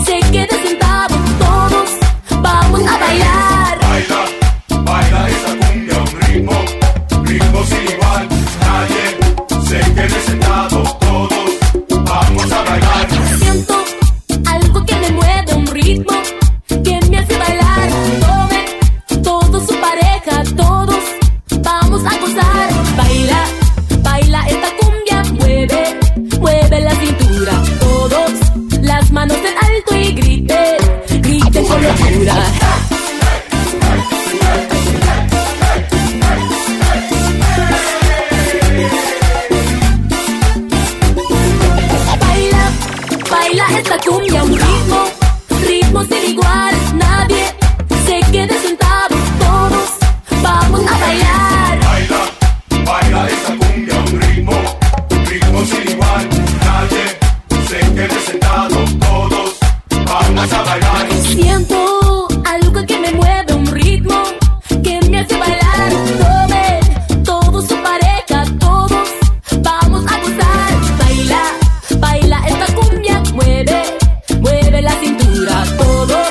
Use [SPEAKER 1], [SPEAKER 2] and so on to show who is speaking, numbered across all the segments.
[SPEAKER 1] se quede sentado, todos vamos a bailar.
[SPEAKER 2] Baila, baila esa cumbia a un ritmo, ritmo sin igual. Nadie se quede sentado, todos vamos a bailar.
[SPEAKER 1] Siento algo que me mueve, un ritmo que me hace bailar. Tome todo su pareja, todos vamos a gozar. Baila, baila esta cumbia, mueve, mueve la cintura. Todos las manos en alto y grite, grite con locura. Baila, baila esta cumbia un ritmo, ritmo sin igual. Nadie se quede sentado, todos vamos a bailar.
[SPEAKER 2] Baila, baila esa cumbia a un ritmo, ritmo sin igual. Nadie se quede sentado, todos vamos a bailar.
[SPEAKER 1] Siento algo que me mueve, un ritmo que me hace bailar. Tome todo su pareja, todos vamos a gozar. Baila, baila esta cumbia, mueve, mueve la cintura. Todos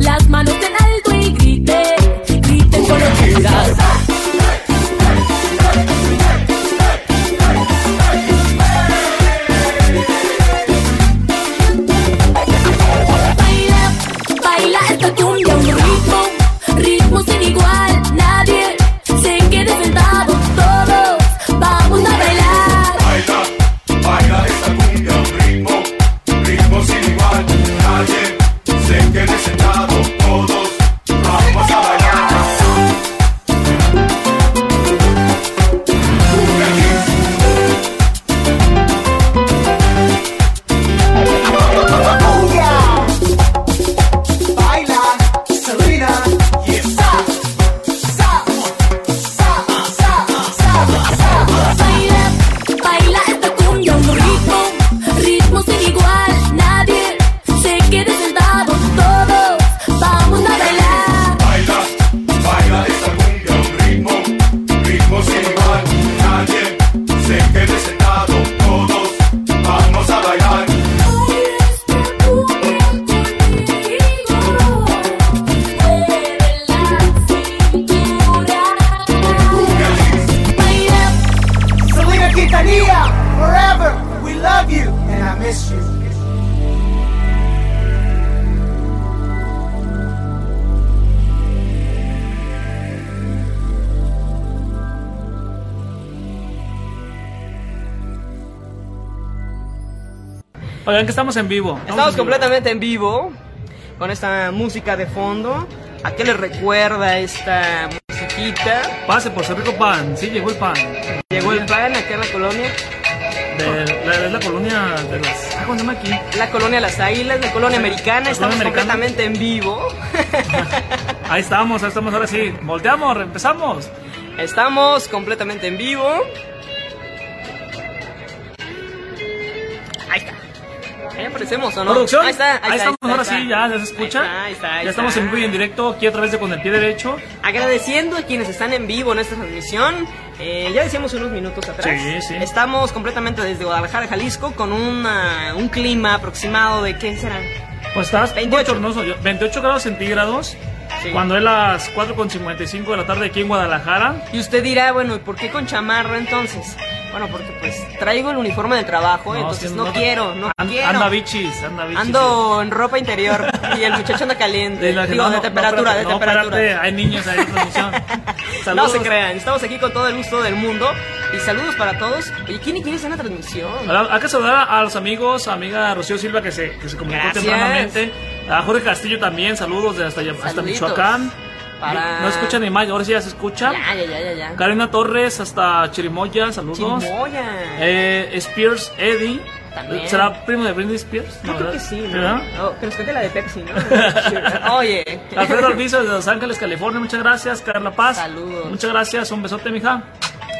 [SPEAKER 1] las manos en alto y grite, grite con locura. Baila, baila esta cumbia un ritmo, ritmo sin igual. Nadie se quede sentado, todos vamos a bailar.
[SPEAKER 2] Baila, baila esa cumbia a un ritmo, ritmo sin igual. Nadie se quede sentado, todos vamos a bailar. Cumbia Kings.
[SPEAKER 3] Baila, Selena,
[SPEAKER 1] Baila, baila esta cumbia un ritmo, ritmo sin igual. Nadie se quede sentado, todos vamos a bailar.
[SPEAKER 2] Baila, baila esa cumbia a un ritmo, ritmo sin igual. Nadie se quede sentado, todos vamos a bailar.
[SPEAKER 1] Baila esta cumbia conmigo, mueve la cintura.
[SPEAKER 2] Cumbia Kings.
[SPEAKER 1] Baila,
[SPEAKER 3] Selena Quintanilla, forever. We love you and I miss you.
[SPEAKER 4] Oigan, que estamos en vivo.
[SPEAKER 5] Estamos completamente en vivo con esta música de fondo. ¿A qué le recuerda esta musiquita?
[SPEAKER 4] Pase por Cerrico Pan. Sí, llegó el pan.
[SPEAKER 5] Llegó el plan acá en la colonia,
[SPEAKER 4] De, la, es la colonia de las. Ah, ¿cómo se llama aquí?
[SPEAKER 5] la colonia Las Águilas, la colonia
[SPEAKER 4] Sí,
[SPEAKER 5] americana.
[SPEAKER 4] la
[SPEAKER 5] Estamos
[SPEAKER 4] colonia americana.
[SPEAKER 5] completamente en vivo.
[SPEAKER 4] Ahí estamos, ahí estamos, ahora sí. Volteamos, empezamos.
[SPEAKER 5] Estamos completamente en vivo. Ahí está. Ahí aparecemos, ¿o no?
[SPEAKER 4] Producción.
[SPEAKER 5] Ahí está, ahí, está,
[SPEAKER 4] estamos, ahora
[SPEAKER 5] está, ahí
[SPEAKER 4] sí,
[SPEAKER 5] está.
[SPEAKER 4] ya se escucha.
[SPEAKER 5] Ahí está, ahí está, ahí
[SPEAKER 4] ya estamos
[SPEAKER 5] está.
[SPEAKER 4] en vivo y en directo aquí a través de Con el Pie Derecho.
[SPEAKER 5] Agradeciendo a quienes están en vivo en esta transmisión. Eh, ya decíamos unos minutos atrás.
[SPEAKER 4] Sí, sí.
[SPEAKER 5] Estamos completamente desde Guadalajara, Jalisco, con una- un clima aproximado de ¿qué será?
[SPEAKER 4] Pues estás
[SPEAKER 5] 28.
[SPEAKER 4] 28. 28 grados centígrados.
[SPEAKER 5] Sí.
[SPEAKER 4] Cuando es las 4.55 de la tarde aquí en Guadalajara.
[SPEAKER 5] Y usted dirá, bueno, ¿y por qué con chamarra entonces? Bueno, porque pues traigo el uniforme del trabajo, entonces
[SPEAKER 4] sí,
[SPEAKER 5] pues no, quiero, no
[SPEAKER 4] An-
[SPEAKER 5] quiero.
[SPEAKER 4] Anda bichis, anda bichis.
[SPEAKER 5] Ando en ropa interior y el muchacho anda caliente.
[SPEAKER 4] Y la gente,
[SPEAKER 5] Digo,
[SPEAKER 4] no,
[SPEAKER 5] de
[SPEAKER 4] no,
[SPEAKER 5] temperatura,
[SPEAKER 4] no,
[SPEAKER 5] de
[SPEAKER 4] espérate,
[SPEAKER 5] temperatura.
[SPEAKER 4] No, espérate, hay niños ahí en transmisión.
[SPEAKER 5] No
[SPEAKER 4] Saludos.
[SPEAKER 5] se crean, estamos aquí con todo el gusto del mundo y saludos para todos. Oye, ¿quién y quién está en la transmisión?
[SPEAKER 4] Ahora, Hay que saludar a los amigos, a amiga Rocío Silva que se, que se comunicó
[SPEAKER 5] Gracias.
[SPEAKER 4] tempranamente. A Jorge Castillo también, saludos de hasta, hasta
[SPEAKER 5] Saluditos.
[SPEAKER 4] Michoacán.
[SPEAKER 5] Para-
[SPEAKER 4] No escucha ni más, ahora sí ya se escucha.
[SPEAKER 5] Ya, ya, ya, ya, ya.
[SPEAKER 4] Karina Torres hasta Chirimoya, saludos.
[SPEAKER 5] Chimoya.
[SPEAKER 4] Eh, Spears Eddie.
[SPEAKER 5] También.
[SPEAKER 4] ¿Será primo de Britney Spears?
[SPEAKER 5] Yo creo que sí, ¿no?
[SPEAKER 4] ¿Verdad?
[SPEAKER 5] Oh, que nos cuente la de Pepsi, ¿no? Oye.
[SPEAKER 4] Alfredo Alviso desde Los Ángeles, California, muchas gracias. Carla Paz.
[SPEAKER 5] Saludos.
[SPEAKER 4] Muchas gracias, un besote, mija.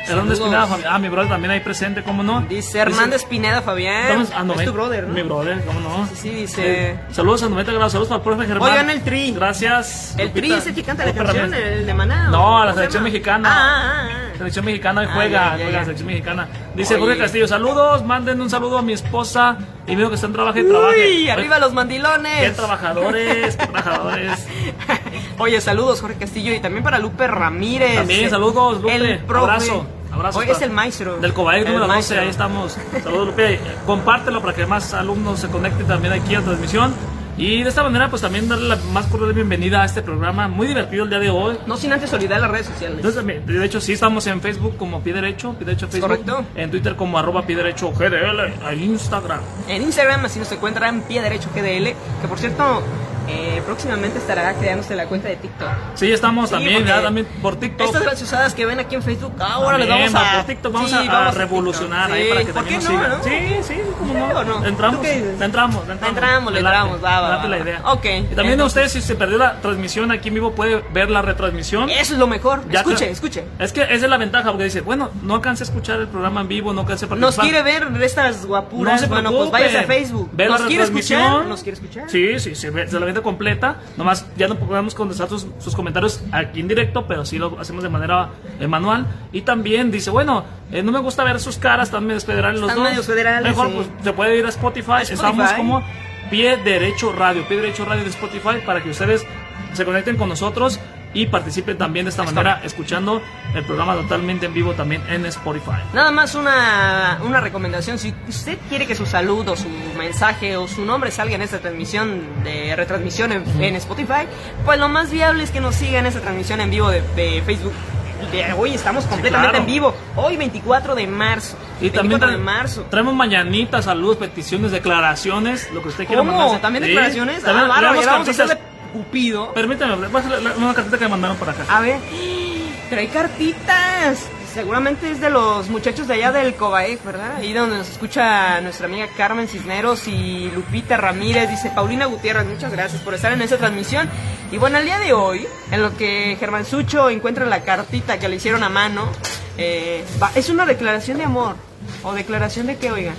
[SPEAKER 4] Hernando
[SPEAKER 5] Saludos.
[SPEAKER 4] Espinada, fami- ah, mi brother también ahí presente, ¿cómo no?
[SPEAKER 5] Dice Hernández Pineda Fabián.
[SPEAKER 4] Estamos a
[SPEAKER 5] es
[SPEAKER 4] 90
[SPEAKER 5] tu brother, ¿no?
[SPEAKER 4] ah, eh, Mi brother, ¿cómo no?
[SPEAKER 5] Sí, sí, dice.
[SPEAKER 4] Saludos a 90 grados, saludos para el profe Germán.
[SPEAKER 5] Oigan, el Tri.
[SPEAKER 4] Gracias.
[SPEAKER 5] El
[SPEAKER 4] Lupita.
[SPEAKER 5] Tri es el que canta la
[SPEAKER 4] Lupita
[SPEAKER 5] canción,
[SPEAKER 4] Ramírez.
[SPEAKER 5] el de Maná. ¿o
[SPEAKER 4] No, a la
[SPEAKER 5] cómo se
[SPEAKER 4] selección
[SPEAKER 5] llama?
[SPEAKER 4] mexicana.
[SPEAKER 5] Ah, ah, ah.
[SPEAKER 4] Selección mexicana y
[SPEAKER 5] Ah,
[SPEAKER 4] juega,
[SPEAKER 5] ya, ya,
[SPEAKER 4] juega
[SPEAKER 5] ya.
[SPEAKER 4] la selección mexicana. Dice
[SPEAKER 5] Oye.
[SPEAKER 4] Jorge Castillo, saludos, manden un saludo a mi esposa y mío que está en trabajo y trabaje.
[SPEAKER 5] Uy,
[SPEAKER 4] Oye,
[SPEAKER 5] arriba los mandilones.
[SPEAKER 4] ¡Qué trabajadores! ¡Qué trabajadores!
[SPEAKER 5] Oye, saludos Jorge Castillo y también para Lupe Ramírez.
[SPEAKER 4] También saludos, Lupe.
[SPEAKER 5] El profe.
[SPEAKER 4] Abrazo. Abrazo
[SPEAKER 5] Oye,
[SPEAKER 4] para-
[SPEAKER 5] es el maestro.
[SPEAKER 4] Del Cobae
[SPEAKER 5] El
[SPEAKER 4] número 12,
[SPEAKER 5] maestro.
[SPEAKER 4] ahí estamos. Saludos, Lupe. Compártelo para que más alumnos se conecten también aquí a la transmisión. Y de esta manera, pues también darle la más cordial bienvenida a este programa. Muy divertido el día de hoy.
[SPEAKER 5] No sin antes olvidar las redes sociales.
[SPEAKER 4] Entonces, también, de hecho, sí estamos en Facebook como Pie Derecho, Pie Derecho Facebook.
[SPEAKER 5] Correcto.
[SPEAKER 4] En Twitter como arroba Pie Derecho GDL, en Instagram.
[SPEAKER 5] En Instagram así nos encuentran Pie Derecho GDL, que por cierto, eh, próximamente estará creándose la cuenta de TikTok.
[SPEAKER 4] Sí, estamos
[SPEAKER 5] Sí,
[SPEAKER 4] también,
[SPEAKER 5] porque
[SPEAKER 4] ¿verdad? también por TikTok.
[SPEAKER 5] Estas graciosadas que ven aquí en Facebook, ahora les
[SPEAKER 4] También,
[SPEAKER 5] vamos a...
[SPEAKER 4] por TikTok vamos
[SPEAKER 5] Sí,
[SPEAKER 4] a, a
[SPEAKER 5] vamos TikTok.
[SPEAKER 4] revolucionar ahí
[SPEAKER 5] Sí,
[SPEAKER 4] para que
[SPEAKER 5] ¿por qué
[SPEAKER 4] también nos
[SPEAKER 5] no,
[SPEAKER 4] sigan.
[SPEAKER 5] no?
[SPEAKER 4] Sí, sí, como no.
[SPEAKER 5] ¿o no?
[SPEAKER 4] Le Entramos,
[SPEAKER 5] ¿Tú qué dices?
[SPEAKER 4] le entramos, le
[SPEAKER 5] Le
[SPEAKER 4] entramos.
[SPEAKER 5] entramos, le
[SPEAKER 4] Me late,
[SPEAKER 5] entramos, va, va,
[SPEAKER 4] me late
[SPEAKER 5] va.
[SPEAKER 4] la idea.
[SPEAKER 5] Ok,
[SPEAKER 4] Y también
[SPEAKER 5] entonces-
[SPEAKER 4] ustedes, si se perdió la transmisión aquí en vivo, puede ver la retransmisión.
[SPEAKER 5] Eso es lo mejor.
[SPEAKER 4] Ya
[SPEAKER 5] escuche,
[SPEAKER 4] que-
[SPEAKER 5] escuche.
[SPEAKER 4] Es que esa es la ventaja, porque dice, bueno, no alcancé a escuchar el programa en vivo, no alcancé a
[SPEAKER 5] Nos
[SPEAKER 4] participar.
[SPEAKER 5] quiere ver estas guapuras,
[SPEAKER 4] se
[SPEAKER 5] bueno, pues
[SPEAKER 4] preocupen.
[SPEAKER 5] váyase a Facebook.
[SPEAKER 4] Ve la
[SPEAKER 5] nos quiere escuchar,
[SPEAKER 4] retransmisión.
[SPEAKER 5] nos quiere escuchar.
[SPEAKER 4] Sí, sí, se, ve, se la venta completa. Nomás ya no podemos contestar sus, sus comentarios aquí en directo, pero sí lo hacemos de manera eh, manual. Y también dice, bueno, eh, no me gusta ver sus caras, están medios federales los
[SPEAKER 5] Están
[SPEAKER 4] dos.
[SPEAKER 5] medios federales,
[SPEAKER 4] Mejor
[SPEAKER 5] sí.
[SPEAKER 4] pues se puede ir a Spotify.
[SPEAKER 5] Spotify.
[SPEAKER 4] Estamos como Pie Derecho Radio, Pie Derecho Radio de Spotify para que ustedes se conecten con nosotros y participen también de esta manera escuchando el programa totalmente en vivo también en Spotify.
[SPEAKER 5] Nada más una, una recomendación, si usted quiere que su salud o su mensaje o su nombre salga en esta transmisión de retransmisión en, en Spotify, pues lo más viable es que nos siga en esta transmisión en vivo de, de Facebook. De hoy estamos completamente
[SPEAKER 4] claro.
[SPEAKER 5] en vivo, hoy 24 de marzo.
[SPEAKER 4] Y
[SPEAKER 5] 24
[SPEAKER 4] también
[SPEAKER 5] de marzo.
[SPEAKER 4] traemos mañanitas, saludos, peticiones, declaraciones, lo que usted quiera
[SPEAKER 5] ¿Cómo?
[SPEAKER 4] mandarse.
[SPEAKER 5] ¿También
[SPEAKER 4] Sí.
[SPEAKER 5] declaraciones?
[SPEAKER 4] También
[SPEAKER 5] ah, bárbaro,
[SPEAKER 4] traemos
[SPEAKER 5] ya vamos a
[SPEAKER 4] cartitas.
[SPEAKER 5] hacerle Ah, cupido.
[SPEAKER 4] Permítame, voy a hacer la- una cartita que me mandaron para acá.
[SPEAKER 5] A ver, trae cartitas. Seguramente es de los muchachos de allá del Cobaec, ¿verdad? Ahí donde nos escucha nuestra amiga Carmen Cisneros y Lupita Ramírez. Dice Paulina Gutiérrez, muchas gracias por estar en esta transmisión. Y bueno, el día de hoy, en lo que Germán Sucho encuentra la cartita que le hicieron a mano, eh, va- es una declaración de amor. ¿O declaración de qué, oiga?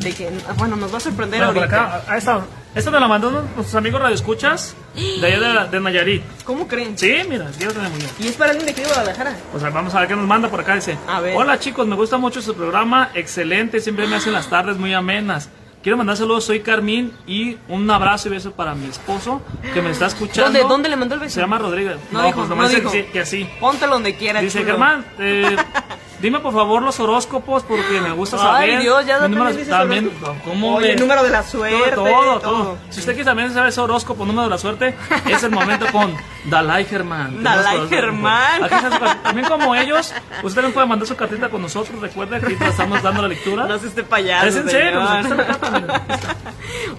[SPEAKER 5] De que, bueno, nos va a sorprender
[SPEAKER 4] Bueno, por
[SPEAKER 5] ahorita.
[SPEAKER 4] acá, a- a esta, esta me la mandó uno de nuestros amigos Radio Escuchas de allá de, la- de Nayarit.
[SPEAKER 5] ¿Cómo creen?
[SPEAKER 4] Sí, mira, aquí lo tenemos ya.
[SPEAKER 5] Y es para alguien de aquí de Guadalajara.
[SPEAKER 4] O sea, vamos a ver qué nos manda por acá. Dice:
[SPEAKER 5] A ver.
[SPEAKER 4] Hola chicos, me gusta mucho su programa. Excelente, siempre me hacen las tardes muy amenas. Quiero mandar saludos, soy Carmín y un abrazo y beso para mi esposo que me está escuchando.
[SPEAKER 5] ¿Dónde, dónde le mandó el beso?
[SPEAKER 4] Se llama Rodríguez.
[SPEAKER 5] No, dijo,
[SPEAKER 4] pues
[SPEAKER 5] no,
[SPEAKER 4] nomás dice
[SPEAKER 5] dijo.
[SPEAKER 4] que sí- que así.
[SPEAKER 5] Póntelo donde quiera.
[SPEAKER 4] Dice
[SPEAKER 5] chulo.
[SPEAKER 4] Germán, eh, dime por favor los horóscopos porque me gusta
[SPEAKER 5] Ay,
[SPEAKER 4] saber.
[SPEAKER 5] Dios, ya
[SPEAKER 4] mi número-
[SPEAKER 5] también dices
[SPEAKER 4] también,
[SPEAKER 5] horóscopo.
[SPEAKER 4] ¿cómo
[SPEAKER 5] Oye,
[SPEAKER 4] me-
[SPEAKER 5] el número de la suerte,
[SPEAKER 4] Todo, todo,
[SPEAKER 5] todo.
[SPEAKER 4] Si usted quiere también saber ese horóscopo, número de la suerte, es el momento con Dalai Germán.
[SPEAKER 5] Dalai
[SPEAKER 4] Tenemos horóscopo.
[SPEAKER 5] Germán.
[SPEAKER 4] Aquí está su cartita. también como ellos, usted nos puede mandar su cartita con nosotros. Recuerda que te estamos dando la lectura.
[SPEAKER 5] No se esté payaso.
[SPEAKER 4] Es en serio, pues,
[SPEAKER 5] señor.
[SPEAKER 4] nos están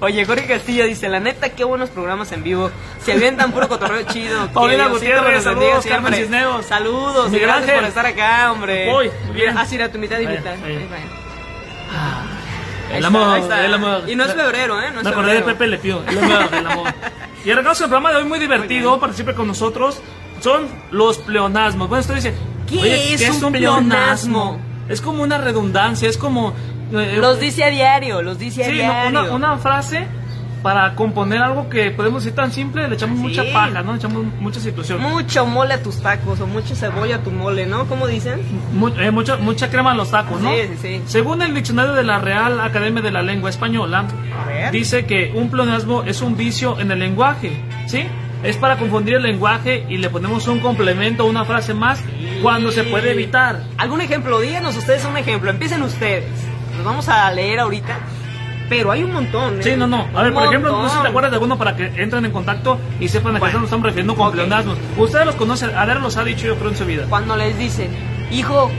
[SPEAKER 5] Oye, Jorge Castillo dice: La neta, qué buenos programas en vivo. Se avientan puro cotorreo chido. Que
[SPEAKER 4] Paulina
[SPEAKER 5] Diosito
[SPEAKER 4] Gutiérrez,
[SPEAKER 5] los bendiga
[SPEAKER 4] saludos,
[SPEAKER 5] siempre.
[SPEAKER 4] Carmen Cisneros.
[SPEAKER 5] Saludos, y
[SPEAKER 4] Miguel
[SPEAKER 5] gracias
[SPEAKER 4] Ángel.
[SPEAKER 5] por estar acá, hombre.
[SPEAKER 4] Voy, muy bien.
[SPEAKER 5] Ah, sí, era tu mitad y
[SPEAKER 4] Ahí,
[SPEAKER 5] mitad.
[SPEAKER 4] ahí.
[SPEAKER 5] Ahí va. Ahí
[SPEAKER 4] el
[SPEAKER 5] está,
[SPEAKER 4] amor,
[SPEAKER 5] ahí está.
[SPEAKER 4] el amor.
[SPEAKER 5] Y no es febrero, ¿eh? No es
[SPEAKER 4] Me acordé de
[SPEAKER 5] febrero.
[SPEAKER 4] Pepe Le Pew, el amor, el amor. Y arrancamos el programa de hoy muy divertido, participe con nosotros. Son los pleonasmos. Bueno, usted dice,
[SPEAKER 5] ¿Qué
[SPEAKER 4] oye,
[SPEAKER 5] es un pleonasmo?
[SPEAKER 4] Es como una redundancia, es como... eh,
[SPEAKER 5] Los dice a diario, los dice a
[SPEAKER 4] sí, no,
[SPEAKER 5] diario.
[SPEAKER 4] una, una frase para componer algo que podemos decir tan simple, le echamos
[SPEAKER 5] Así.
[SPEAKER 4] mucha paja, ¿no? Le echamos mucha situación.
[SPEAKER 5] Mucho mole a tus tacos o mucha cebolla a tu mole, ¿no? ¿Cómo dicen?
[SPEAKER 4] Mu- eh, mucha, mucha crema en los tacos, ¿no?
[SPEAKER 5] Sí, sí, sí.
[SPEAKER 4] Según el diccionario de la Real Academia de la Lengua Española,
[SPEAKER 5] ver.
[SPEAKER 4] dice que un pleonasmo es un vicio en el lenguaje, ¿sí? es para confundir el lenguaje y le ponemos un complemento, una frase más, cuando se puede evitar.
[SPEAKER 5] ¿Algún ejemplo? Díganos ustedes un ejemplo. Empiecen ustedes. Los vamos a leer ahorita. Pero hay un montón. ¿eh?
[SPEAKER 4] Sí, no, no. A ver,
[SPEAKER 5] Un
[SPEAKER 4] por ejemplo, no sé si
[SPEAKER 5] montón.
[SPEAKER 4] te acuerdas de alguno para que entren en contacto y sepan a qué
[SPEAKER 5] Bueno.
[SPEAKER 4] nos estamos refiriendo con
[SPEAKER 5] Ok.
[SPEAKER 4] pleonasmos. Ustedes los conocen, Adel los ha dicho yo creo en su vida.
[SPEAKER 5] Cuando les dicen, hijo,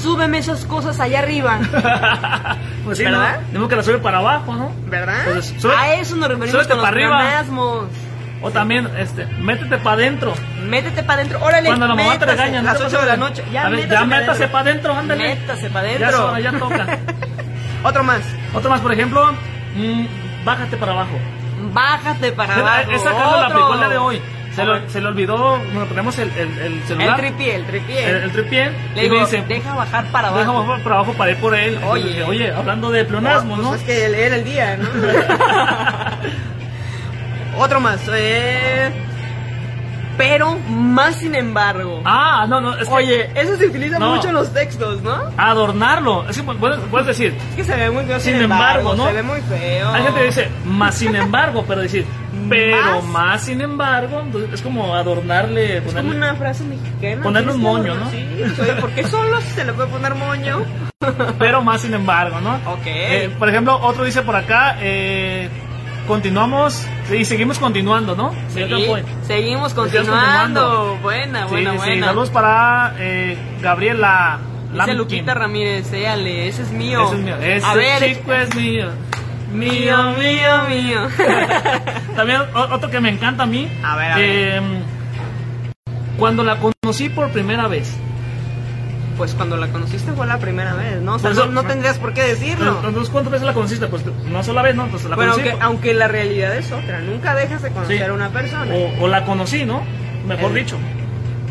[SPEAKER 5] súbeme esas cosas allá arriba.
[SPEAKER 4] Pues sí,
[SPEAKER 5] ¿Verdad?
[SPEAKER 4] ¿no? Tenemos que la sube para abajo, ¿no?
[SPEAKER 5] ¿Verdad?
[SPEAKER 4] Pues, sube-
[SPEAKER 5] a eso nos referimos
[SPEAKER 4] súbete
[SPEAKER 5] con los
[SPEAKER 4] para arriba.
[SPEAKER 5] pleonasmos.
[SPEAKER 4] O también, este, métete para adentro.
[SPEAKER 5] Métete para adentro. Órale.
[SPEAKER 4] Cuando la mamá te
[SPEAKER 5] métase.
[SPEAKER 4] regaña, ¿no
[SPEAKER 5] Las
[SPEAKER 4] te
[SPEAKER 5] 8 de la
[SPEAKER 4] pasa?
[SPEAKER 5] noche. Ya,
[SPEAKER 4] A ver, ya métase para adentro, ándale.
[SPEAKER 5] Métase para
[SPEAKER 4] Ya,
[SPEAKER 5] adentro.
[SPEAKER 4] son, ya toca.
[SPEAKER 5] Otro más.
[SPEAKER 4] Otro más, por ejemplo, mm, bájate para abajo.
[SPEAKER 5] Bájate para
[SPEAKER 4] Se-
[SPEAKER 5] abajo.
[SPEAKER 4] Esa creo que la aplicó el día de hoy. Se,
[SPEAKER 5] Ajá.
[SPEAKER 4] lo- se le olvidó, bueno, tenemos el, el, el
[SPEAKER 5] El
[SPEAKER 4] celular.
[SPEAKER 5] tripié, el tripié.
[SPEAKER 4] El, el tripié.
[SPEAKER 5] Le
[SPEAKER 4] y me
[SPEAKER 5] digo,
[SPEAKER 4] dice,
[SPEAKER 5] deja bajar para abajo.
[SPEAKER 4] deja bajo para abajo para ir por él.
[SPEAKER 5] Oye.
[SPEAKER 4] Oye, oye hablando de pleonasmo,
[SPEAKER 5] Pues
[SPEAKER 4] ¿no?
[SPEAKER 5] Es que era el día, ¿no? Otro más. eh, Pero, más sin embargo.
[SPEAKER 4] Ah, no, no, es que
[SPEAKER 5] Oye, eh. eso se utiliza
[SPEAKER 4] No.
[SPEAKER 5] mucho en los textos, ¿no?
[SPEAKER 4] adornarlo. Es que puedes, puedes decir,
[SPEAKER 5] Es que se ve muy feo.
[SPEAKER 4] Sin embargo, ¿no?
[SPEAKER 5] Se ve muy feo.
[SPEAKER 4] hay gente que dice, más sin embargo, pero decir, pero
[SPEAKER 5] Más.
[SPEAKER 4] más, sin embargo, entonces es como adornarle,
[SPEAKER 5] Es como
[SPEAKER 4] ponerle.
[SPEAKER 5] una frase mexicana.
[SPEAKER 4] Ponerle un
[SPEAKER 5] ¿sí?
[SPEAKER 4] moño, ¿no?
[SPEAKER 5] Sí, oye, ¿por qué solo se le puede poner moño?
[SPEAKER 4] pero más sin embargo, ¿no?
[SPEAKER 5] Ok.
[SPEAKER 4] Eh, por ejemplo, otro dice por acá, eh, continuamos y seguimos continuando, ¿no?
[SPEAKER 5] Sí,
[SPEAKER 4] Yo creo que fue.
[SPEAKER 5] seguimos
[SPEAKER 4] continuando.
[SPEAKER 5] continuando. Buena,
[SPEAKER 4] Sí,
[SPEAKER 5] buena,
[SPEAKER 4] sí,
[SPEAKER 5] buena.
[SPEAKER 4] saludos para eh, Gabriela
[SPEAKER 5] Dice
[SPEAKER 4] Lampkin.
[SPEAKER 5] Lupita Ramírez, éale, ese es mío.
[SPEAKER 4] Ese es mío. Ese
[SPEAKER 5] A ver,
[SPEAKER 4] chico es mío.
[SPEAKER 5] mío, mío, mío.
[SPEAKER 4] También o- otro que me encanta a mí.
[SPEAKER 5] A ver, a
[SPEAKER 4] eh, Cuando la conocí por primera vez.
[SPEAKER 5] pues cuando la conociste fue la primera vez, ¿no? O sea,
[SPEAKER 4] Pues
[SPEAKER 5] no,
[SPEAKER 4] no-
[SPEAKER 5] no tendrías por qué decirlo.
[SPEAKER 4] Entonces, ¿cuántas veces la conociste? Pues una sola vez, ¿no? Entonces la
[SPEAKER 5] Bueno,
[SPEAKER 4] conocí.
[SPEAKER 5] aunque, aunque la realidad es otra, nunca dejas de conocer
[SPEAKER 4] Sí. Oh,
[SPEAKER 5] a una persona.
[SPEAKER 4] o, o la conocí, ¿no? Mejor
[SPEAKER 5] Eh.
[SPEAKER 4] dicho.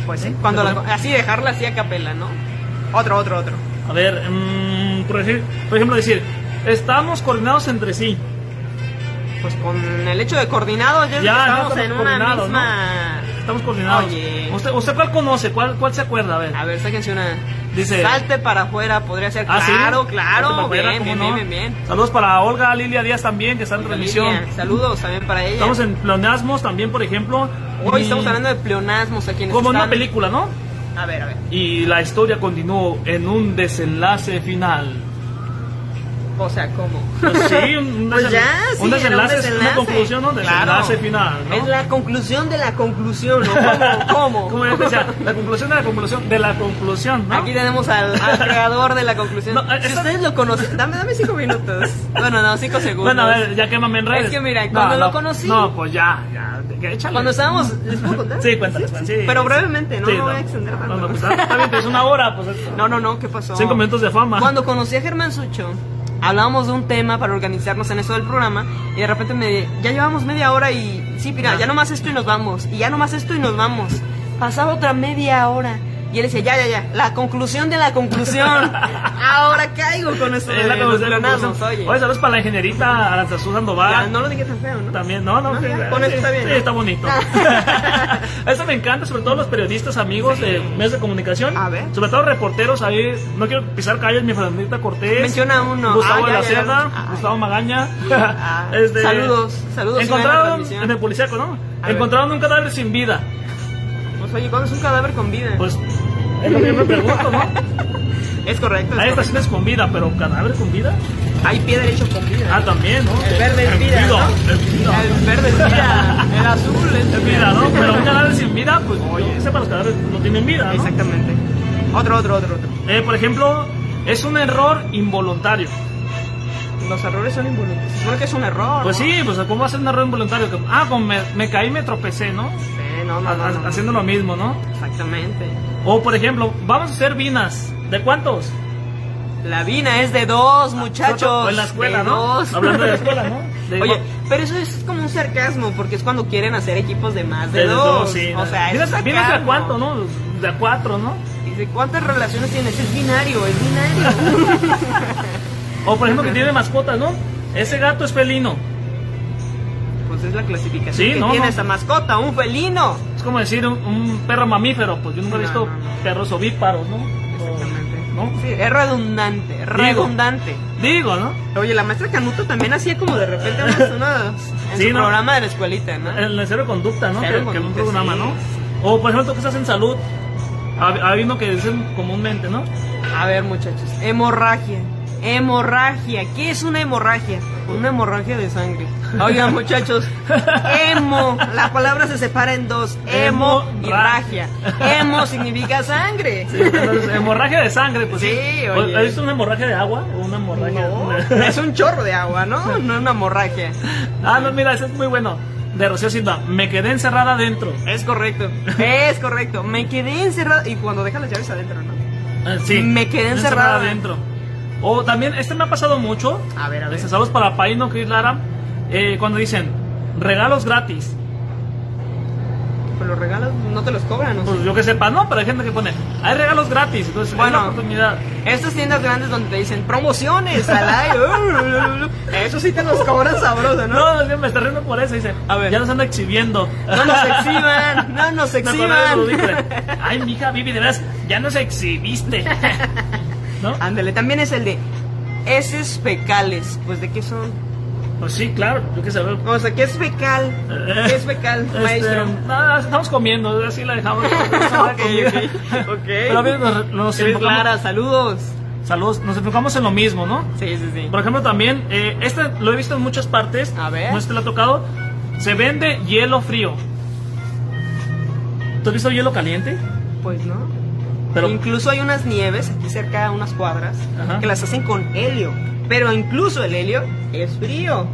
[SPEAKER 5] Pues sí, cuando la,
[SPEAKER 4] Pero-
[SPEAKER 5] así dejarla así a capela, ¿no? Otro, otro, otro.
[SPEAKER 4] A ver, mm, por, ej- por ejemplo, decir, estamos coordinados entre sí.
[SPEAKER 5] Pues con el hecho de coordinados ya,
[SPEAKER 4] Ya,
[SPEAKER 5] es que
[SPEAKER 4] ya
[SPEAKER 5] estamos
[SPEAKER 4] estamos
[SPEAKER 5] en una
[SPEAKER 4] coordinados,
[SPEAKER 5] misma...
[SPEAKER 4] Estamos coordinados.
[SPEAKER 5] Oye.
[SPEAKER 4] ¿Usted, usted cuál conoce? ¿Cuál, ¿Cuál se acuerda? A ver.
[SPEAKER 5] A ver, sáquense una...
[SPEAKER 4] Dice-
[SPEAKER 5] Salte para afuera, podría ser...
[SPEAKER 4] Ah, ¿sí?
[SPEAKER 5] claro, claro,
[SPEAKER 4] Salte para afuera,
[SPEAKER 5] bien,
[SPEAKER 4] ¿cómo
[SPEAKER 5] bien,
[SPEAKER 4] no?
[SPEAKER 5] bien, bien, bien.
[SPEAKER 4] Saludos para Olga Lilia Díaz también, que está en transmisión.
[SPEAKER 5] Lidia, Saludos también para ella.
[SPEAKER 4] Estamos en pleonasmos también, por ejemplo.
[SPEAKER 5] Hoy
[SPEAKER 4] y-
[SPEAKER 5] estamos hablando de pleonasmos aquí en
[SPEAKER 4] Como en una película, ¿no?
[SPEAKER 5] A ver, a ver.
[SPEAKER 4] Y la historia continuó en un desenlace final.
[SPEAKER 5] O sea, ¿cómo?
[SPEAKER 4] Pues sí, un, un
[SPEAKER 5] Pues
[SPEAKER 4] desen-
[SPEAKER 5] ya, sí,
[SPEAKER 4] un
[SPEAKER 5] era
[SPEAKER 4] desenlace, es una
[SPEAKER 5] desenlace.
[SPEAKER 4] conclusión, ¿no?
[SPEAKER 5] Claro.
[SPEAKER 4] Desenlace final, ¿no?
[SPEAKER 5] Es la conclusión de la conclusión, ¿no? ¿Cómo?
[SPEAKER 4] Como
[SPEAKER 5] ¿Cómo?
[SPEAKER 4] yo decía, la conclusión de la conclusión de la conclusión, ¿no?
[SPEAKER 5] Oh. Aquí tenemos al, al creador de la conclusión.
[SPEAKER 4] No, eh,
[SPEAKER 5] si
[SPEAKER 4] eso-
[SPEAKER 5] ustedes lo conocen, dame, dame cinco minutos. Bueno, no, cinco segundos.
[SPEAKER 4] Bueno, a ver, ya quémame en redes.
[SPEAKER 5] Es que mira, cuando lo conocí-
[SPEAKER 4] No, pues ya, ya, que échale.
[SPEAKER 5] Cuando estábamos, ¿les puedo contar?
[SPEAKER 4] Sí, cuéntales, sí, sí,
[SPEAKER 5] Pero
[SPEAKER 4] sí.
[SPEAKER 5] brevemente, no,
[SPEAKER 4] Sí,
[SPEAKER 5] no voy a extender tanto.
[SPEAKER 4] No, no, pues está está bien, pues una hora, pues. es-
[SPEAKER 5] No, no, no, ¿qué pasó?
[SPEAKER 4] Cinco minutos de fama.
[SPEAKER 5] Cuando conocí a Germán Sucho, hablábamos de un tema para organizarnos en eso del programa y de repente me ya llevamos media hora y sí, mira, ya nomás esto y nos vamos, y ya nomás esto y nos vamos. Pasaba otra media hora y él decía, ya, ya, ya, la conclusión de la conclusión. Ahora caigo con eso.
[SPEAKER 4] Es
[SPEAKER 5] de
[SPEAKER 4] la
[SPEAKER 5] eh, los
[SPEAKER 4] conclusión de la
[SPEAKER 5] pleonasmos,
[SPEAKER 4] conclusión.
[SPEAKER 5] oye.
[SPEAKER 4] Oye, saludos para la ingeniería Aranzazú Sandoval.
[SPEAKER 5] Ya, no lo dije tan feo, ¿no?
[SPEAKER 4] También, no, no,
[SPEAKER 5] No,
[SPEAKER 4] sí,
[SPEAKER 5] Ah, ya, con
[SPEAKER 4] sí,
[SPEAKER 5] eso está bien,
[SPEAKER 4] sí,
[SPEAKER 5] ¿no?
[SPEAKER 4] está bonito. eso me encanta, sobre todo los periodistas amigos de medios de comunicación.
[SPEAKER 5] A ver.
[SPEAKER 4] Sobre todo reporteros ahí. No quiero pisar calles, mi Fernandita Cortés.
[SPEAKER 5] Menciona uno.
[SPEAKER 4] Gustavo
[SPEAKER 5] Ah,
[SPEAKER 4] de
[SPEAKER 5] ya,
[SPEAKER 4] la
[SPEAKER 5] ya, ya.
[SPEAKER 4] Cerda,
[SPEAKER 5] Ah.
[SPEAKER 4] Gustavo Magaña. este,
[SPEAKER 5] Ah, saludos, saludos, sigan la
[SPEAKER 4] Encontraron
[SPEAKER 5] transmisión.
[SPEAKER 4] en el policíaco, ¿no?
[SPEAKER 5] A ver.
[SPEAKER 4] encontraron un cadáver sin vida.
[SPEAKER 5] Pues oye, ¿cuándo es un cadáver con vida?
[SPEAKER 4] Pues es lo que yo me pregunto, ¿no? Hay
[SPEAKER 5] es correcto. es correcto.
[SPEAKER 4] estaciones con vida, pero cadáver con vida.
[SPEAKER 5] Hay pie derecho con vida.
[SPEAKER 4] Ah, también, ¿no?
[SPEAKER 5] El verde es vida,
[SPEAKER 4] vivo,
[SPEAKER 5] ¿no?
[SPEAKER 4] el vivo.
[SPEAKER 5] El verde es vida, el azul es
[SPEAKER 4] El vida, ¿no? Pero un cadáver sin vida, pues oye, sepa, los cadáveres no tienen vida, ¿no?
[SPEAKER 5] Exactamente. Otro, otro, otro, otro.
[SPEAKER 4] Eh, por ejemplo, es un error involuntario.
[SPEAKER 5] Los errores son involuntarios. Se supone que es un error.
[SPEAKER 4] Pues
[SPEAKER 5] ¿no?
[SPEAKER 4] sí, pues ¿cómo va a ser un error involuntario? Que- Ah, como me, me caí, me tropecé, ¿no?
[SPEAKER 5] Sí, no, no, no,
[SPEAKER 4] Ha-
[SPEAKER 5] no,
[SPEAKER 4] ha-
[SPEAKER 5] no.
[SPEAKER 4] Haciendo lo mismo, ¿no?
[SPEAKER 5] Exactamente.
[SPEAKER 4] O por ejemplo, vamos a hacer vinas. ¿De cuántos?
[SPEAKER 5] La vina es de dos, muchachos.
[SPEAKER 4] O en la escuela,
[SPEAKER 5] de
[SPEAKER 4] ¿no?
[SPEAKER 5] dos.
[SPEAKER 4] Hablando de la escuela, ¿no? De-
[SPEAKER 5] Oye, pero eso es como un sarcasmo, porque es cuando quieren hacer equipos de más de,
[SPEAKER 4] de
[SPEAKER 5] dos.
[SPEAKER 4] sí,
[SPEAKER 5] o
[SPEAKER 4] ¿no?
[SPEAKER 5] sea,
[SPEAKER 4] vinas,
[SPEAKER 5] es sarcasmo.
[SPEAKER 4] vinas de a cuánto, ¿no? De a cuatro, ¿no?
[SPEAKER 5] Dice, ¿cuántas relaciones tienes? Es binario, es binario.
[SPEAKER 4] O por ejemplo, que tiene mascotas, ¿no? Ese gato es felino.
[SPEAKER 5] pues es la clasificación
[SPEAKER 4] Sí,
[SPEAKER 5] que
[SPEAKER 4] no,
[SPEAKER 5] tiene
[SPEAKER 4] no.
[SPEAKER 5] esta mascota, un felino.
[SPEAKER 4] Es como decir un, un perro mamífero, pues yo nunca he
[SPEAKER 5] No,
[SPEAKER 4] visto
[SPEAKER 5] no, no.
[SPEAKER 4] perros ovíparos, ¿no? O-
[SPEAKER 5] Exactamente.
[SPEAKER 4] ¿no?
[SPEAKER 5] Sí, es redundante, redundante.
[SPEAKER 4] Digo, ¿no?
[SPEAKER 5] Oye, la maestra Canuto también hacía como de repente unas, unas- en
[SPEAKER 4] Sí,
[SPEAKER 5] su
[SPEAKER 4] ¿no?
[SPEAKER 5] programa de la escuelita, ¿no?
[SPEAKER 4] El cero de conducta, ¿no?
[SPEAKER 5] Cero
[SPEAKER 4] que, que
[SPEAKER 5] conducta,
[SPEAKER 4] un programa,
[SPEAKER 5] sí.
[SPEAKER 4] ¿no? O por ejemplo, tú que estás en salud, hab- habiendo que dicen comúnmente, ¿no?
[SPEAKER 5] A ver, muchachos, hemorragia. Hemorragia, ¿qué es una hemorragia? Una hemorragia de sangre. Oigan, muchachos, hemo, la palabra se separa en dos, hemo y ragia. Hemo significa sangre.
[SPEAKER 4] Entonces, hemorragia de sangre, pues sí.
[SPEAKER 5] Sí,
[SPEAKER 4] ¿O-
[SPEAKER 5] oye.
[SPEAKER 4] ¿Has visto una hemorragia de agua o una hemorragia?
[SPEAKER 5] No,
[SPEAKER 4] una-
[SPEAKER 5] es un chorro de agua, ¿no? No es una hemorragia.
[SPEAKER 4] ah, no, mira, ese es muy bueno. De Rocío Silva, me quedé encerrada adentro.
[SPEAKER 5] Es correcto, es correcto. Me quedé encerrado y cuando deja las llaves adentro, ¿no?
[SPEAKER 4] Ah, Sí.
[SPEAKER 5] Me quedé encerrada
[SPEAKER 4] adentro. O también, este me ha pasado mucho.
[SPEAKER 5] A ver, a ver.
[SPEAKER 4] Este, saludos para Paino, Cris Lara. Eh, cuando dicen regalos gratis.
[SPEAKER 5] Pues los regalos no te los cobran, ¿no?
[SPEAKER 4] Pues yo que sepa, no, pero hay gente que pone, hay regalos gratis. Entonces, bueno,
[SPEAKER 5] Bueno.
[SPEAKER 4] oportunidad.
[SPEAKER 5] Estas tiendas grandes donde te dicen promociones al aire. Eso sí te los cobran sabroso, ¿no?
[SPEAKER 4] No, Dios, me está riendo por eso. Dice,
[SPEAKER 5] A ver.
[SPEAKER 4] ya nos anda exhibiendo.
[SPEAKER 5] No nos exhiban, no nos
[SPEAKER 4] Me acordé de
[SPEAKER 5] exhiban.
[SPEAKER 4] Rudolfo. Ay, mija, Vivi, de veras, ya nos exhibiste. ¿No?
[SPEAKER 5] Ándale, también es el de heces fecales. Pues de qué son?
[SPEAKER 4] Pues sí, claro, yo qué saber.
[SPEAKER 5] O sea, ¿qué es fecal? ¿Qué es fecal,
[SPEAKER 4] Este,
[SPEAKER 5] maestro?
[SPEAKER 4] nada, estamos comiendo, así la dejamos.
[SPEAKER 5] Ok, ok, ok.
[SPEAKER 4] Pero a ver, nos, nos
[SPEAKER 5] Cris
[SPEAKER 4] enfocamos-
[SPEAKER 5] Lara, saludos.
[SPEAKER 4] Saludos, nos enfocamos en lo mismo, ¿no?
[SPEAKER 5] Sí, sí, sí.
[SPEAKER 4] Por ejemplo, también, eh, este lo he visto en muchas partes.
[SPEAKER 5] A ver.
[SPEAKER 4] No sé si te lo ha tocado. Se vende hielo frío. ¿Tú has visto hielo caliente?
[SPEAKER 5] Pues no.
[SPEAKER 4] Pero-
[SPEAKER 5] incluso hay unas nieves aquí cerca a unas cuadras
[SPEAKER 4] Ajá.
[SPEAKER 5] que las hacen con helio. Pero incluso el helio es frío.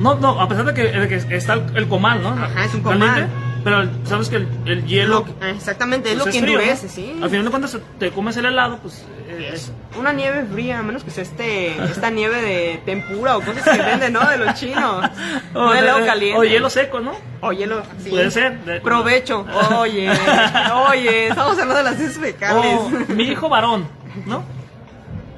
[SPEAKER 4] No, no, a pesar de que, de que está el, el comal, ¿no?
[SPEAKER 5] Ajá, es un comal.
[SPEAKER 4] pero el- sabes que el, el hielo.
[SPEAKER 5] Lo- ah, exactamente, es
[SPEAKER 4] pues,
[SPEAKER 5] lo que
[SPEAKER 4] frío, ¿no?
[SPEAKER 5] endurece, sí.
[SPEAKER 4] Al final de cuentas te comes el helado, pues. eh, es-
[SPEAKER 5] Una nieve fría, a menos que sea este, esta nieve de tempura o cosas que venden, ¿no? De los chinos.
[SPEAKER 4] o
[SPEAKER 5] o
[SPEAKER 4] de-
[SPEAKER 5] helado caliente.
[SPEAKER 4] O hielo seco, ¿no?
[SPEAKER 5] O hielo. sí.
[SPEAKER 4] Puede ser. de-
[SPEAKER 5] Provecho. Oye, oye, estamos hablando de las heces fecales.
[SPEAKER 4] O mi hijo varón, ¿no?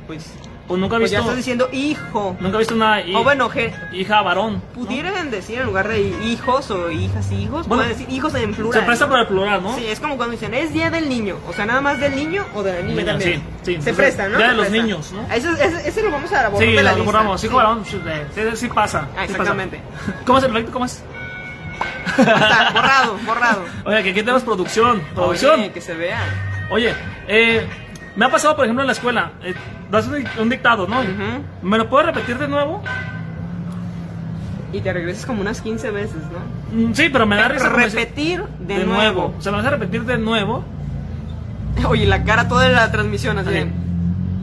[SPEAKER 5] Pues,
[SPEAKER 4] Pues nunca he
[SPEAKER 5] pues ya
[SPEAKER 4] visto.
[SPEAKER 5] estás diciendo hijo.
[SPEAKER 4] Nunca he visto una. hi-
[SPEAKER 5] O bueno, je-
[SPEAKER 4] Hija varón. ¿no?
[SPEAKER 5] pudieran decir en lugar de hijos o hijas y hijos,
[SPEAKER 4] Bueno,
[SPEAKER 5] pueden decir hijos en plural.
[SPEAKER 4] Se presta para el plural, ¿no?
[SPEAKER 5] Sí, es como cuando dicen, es día del niño. O sea, nada más del niño o de la niña
[SPEAKER 4] Mira,
[SPEAKER 5] también.
[SPEAKER 4] sí, sí,
[SPEAKER 5] Se
[SPEAKER 4] entonces,
[SPEAKER 5] presta, ¿no?
[SPEAKER 4] día
[SPEAKER 5] Se
[SPEAKER 4] de los
[SPEAKER 5] presta.
[SPEAKER 4] niños, ¿no?
[SPEAKER 5] Eso, ese, ese lo vamos a borrar
[SPEAKER 4] Sí,
[SPEAKER 5] de la
[SPEAKER 4] lo
[SPEAKER 5] lista.
[SPEAKER 4] borramos. Hijo
[SPEAKER 5] Sí.
[SPEAKER 4] varón. Sí, sí, sí pasa.
[SPEAKER 5] Ah,
[SPEAKER 4] sí pasa.
[SPEAKER 5] exactamente.
[SPEAKER 4] ¿Cómo es el proyecto? ¿Cómo es?
[SPEAKER 5] Está, borrado, borrado.
[SPEAKER 4] Oye, que aquí tenemos producción. Producción.
[SPEAKER 5] Oye, que se vea.
[SPEAKER 4] Oye, eh, me ha pasado, por ejemplo, en la escuela, eh, das un, un dictado, ¿no?
[SPEAKER 5] Ujú.
[SPEAKER 4] ¿Me lo puedes repetir de nuevo?
[SPEAKER 5] Y te regresas como unas 15 veces, ¿no?
[SPEAKER 4] Mm, sí, pero me da risa. como decir-
[SPEAKER 5] Repetir de, nuevo.
[SPEAKER 4] Se me hace repetir de nuevo.
[SPEAKER 5] Oye, la cara toda la transmisión así. de-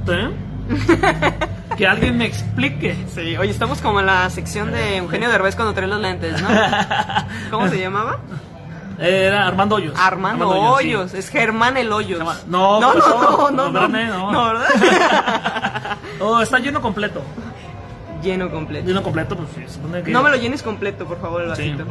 [SPEAKER 4] ¿Sí? que alguien me explique.
[SPEAKER 5] Sí, oye, estamos como en la sección de Eugenio Derbez cuando trae los lentes, ¿no? ¿Cómo se llamaba?
[SPEAKER 4] Era Armando Hoyos.
[SPEAKER 5] Armando
[SPEAKER 4] sí.
[SPEAKER 5] Hoyos, es Germán el Hoyos.
[SPEAKER 4] Se llama- No,
[SPEAKER 5] no,
[SPEAKER 4] ¿qué pasó?
[SPEAKER 5] no, no, no,
[SPEAKER 4] Bernie, no.
[SPEAKER 5] no, ¿verdad?
[SPEAKER 4] Oh, está lleno completo.
[SPEAKER 5] Lleno completo.
[SPEAKER 4] Lleno completo, pues sí, supone que.
[SPEAKER 5] No me lo llenes completo, por favor, el
[SPEAKER 4] Sí.
[SPEAKER 5] vasito.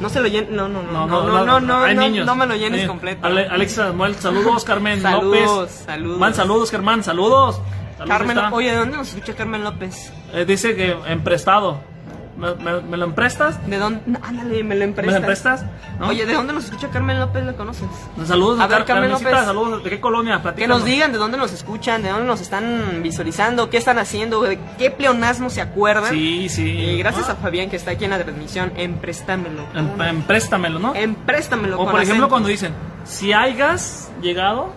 [SPEAKER 5] No se lo llenes, no, no, no, no, no, no, no,
[SPEAKER 4] hay
[SPEAKER 5] no,
[SPEAKER 4] niños.
[SPEAKER 5] no me lo llenes
[SPEAKER 4] Sí.
[SPEAKER 5] completo.
[SPEAKER 4] Ale- Alexa Samuel, saludos, Carmen
[SPEAKER 5] Saludos,
[SPEAKER 4] López.
[SPEAKER 5] saludos.
[SPEAKER 4] Man, saludos, Germán, saludos. Saludos,
[SPEAKER 5] Carmen,
[SPEAKER 4] está.
[SPEAKER 5] oye, ¿de dónde nos escucha Carmen López?
[SPEAKER 4] Eh, dice que emprestado. ¿Me, me, me lo emprestas?
[SPEAKER 5] ¿De dónde? No, Ándale, me lo
[SPEAKER 4] ¿Me lo
[SPEAKER 5] emprestas.
[SPEAKER 4] emprestas? ¿No?
[SPEAKER 5] Oye, ¿de dónde nos escucha Carmen López? ¿La conoces?
[SPEAKER 4] saludos
[SPEAKER 5] a ver,
[SPEAKER 4] Car-
[SPEAKER 5] Carmen
[SPEAKER 4] Carmencita,
[SPEAKER 5] López.
[SPEAKER 4] Saludos, ¿de qué colonia?
[SPEAKER 5] Que
[SPEAKER 4] Platícanos.
[SPEAKER 5] nos digan de dónde nos escuchan, de dónde nos están visualizando, qué están haciendo, de qué pleonasmo se acuerdan.
[SPEAKER 4] Sí, sí. Ah,
[SPEAKER 5] Y Eh, gracias a Fabián que está aquí en la transmisión, empréstamelo.
[SPEAKER 4] Em- empréstamelo, ¿no?
[SPEAKER 5] Empréstamelo.
[SPEAKER 4] o
[SPEAKER 5] Eh, con
[SPEAKER 4] por ejemplo,
[SPEAKER 5] acento.
[SPEAKER 4] cuando dicen, si hayas llegado.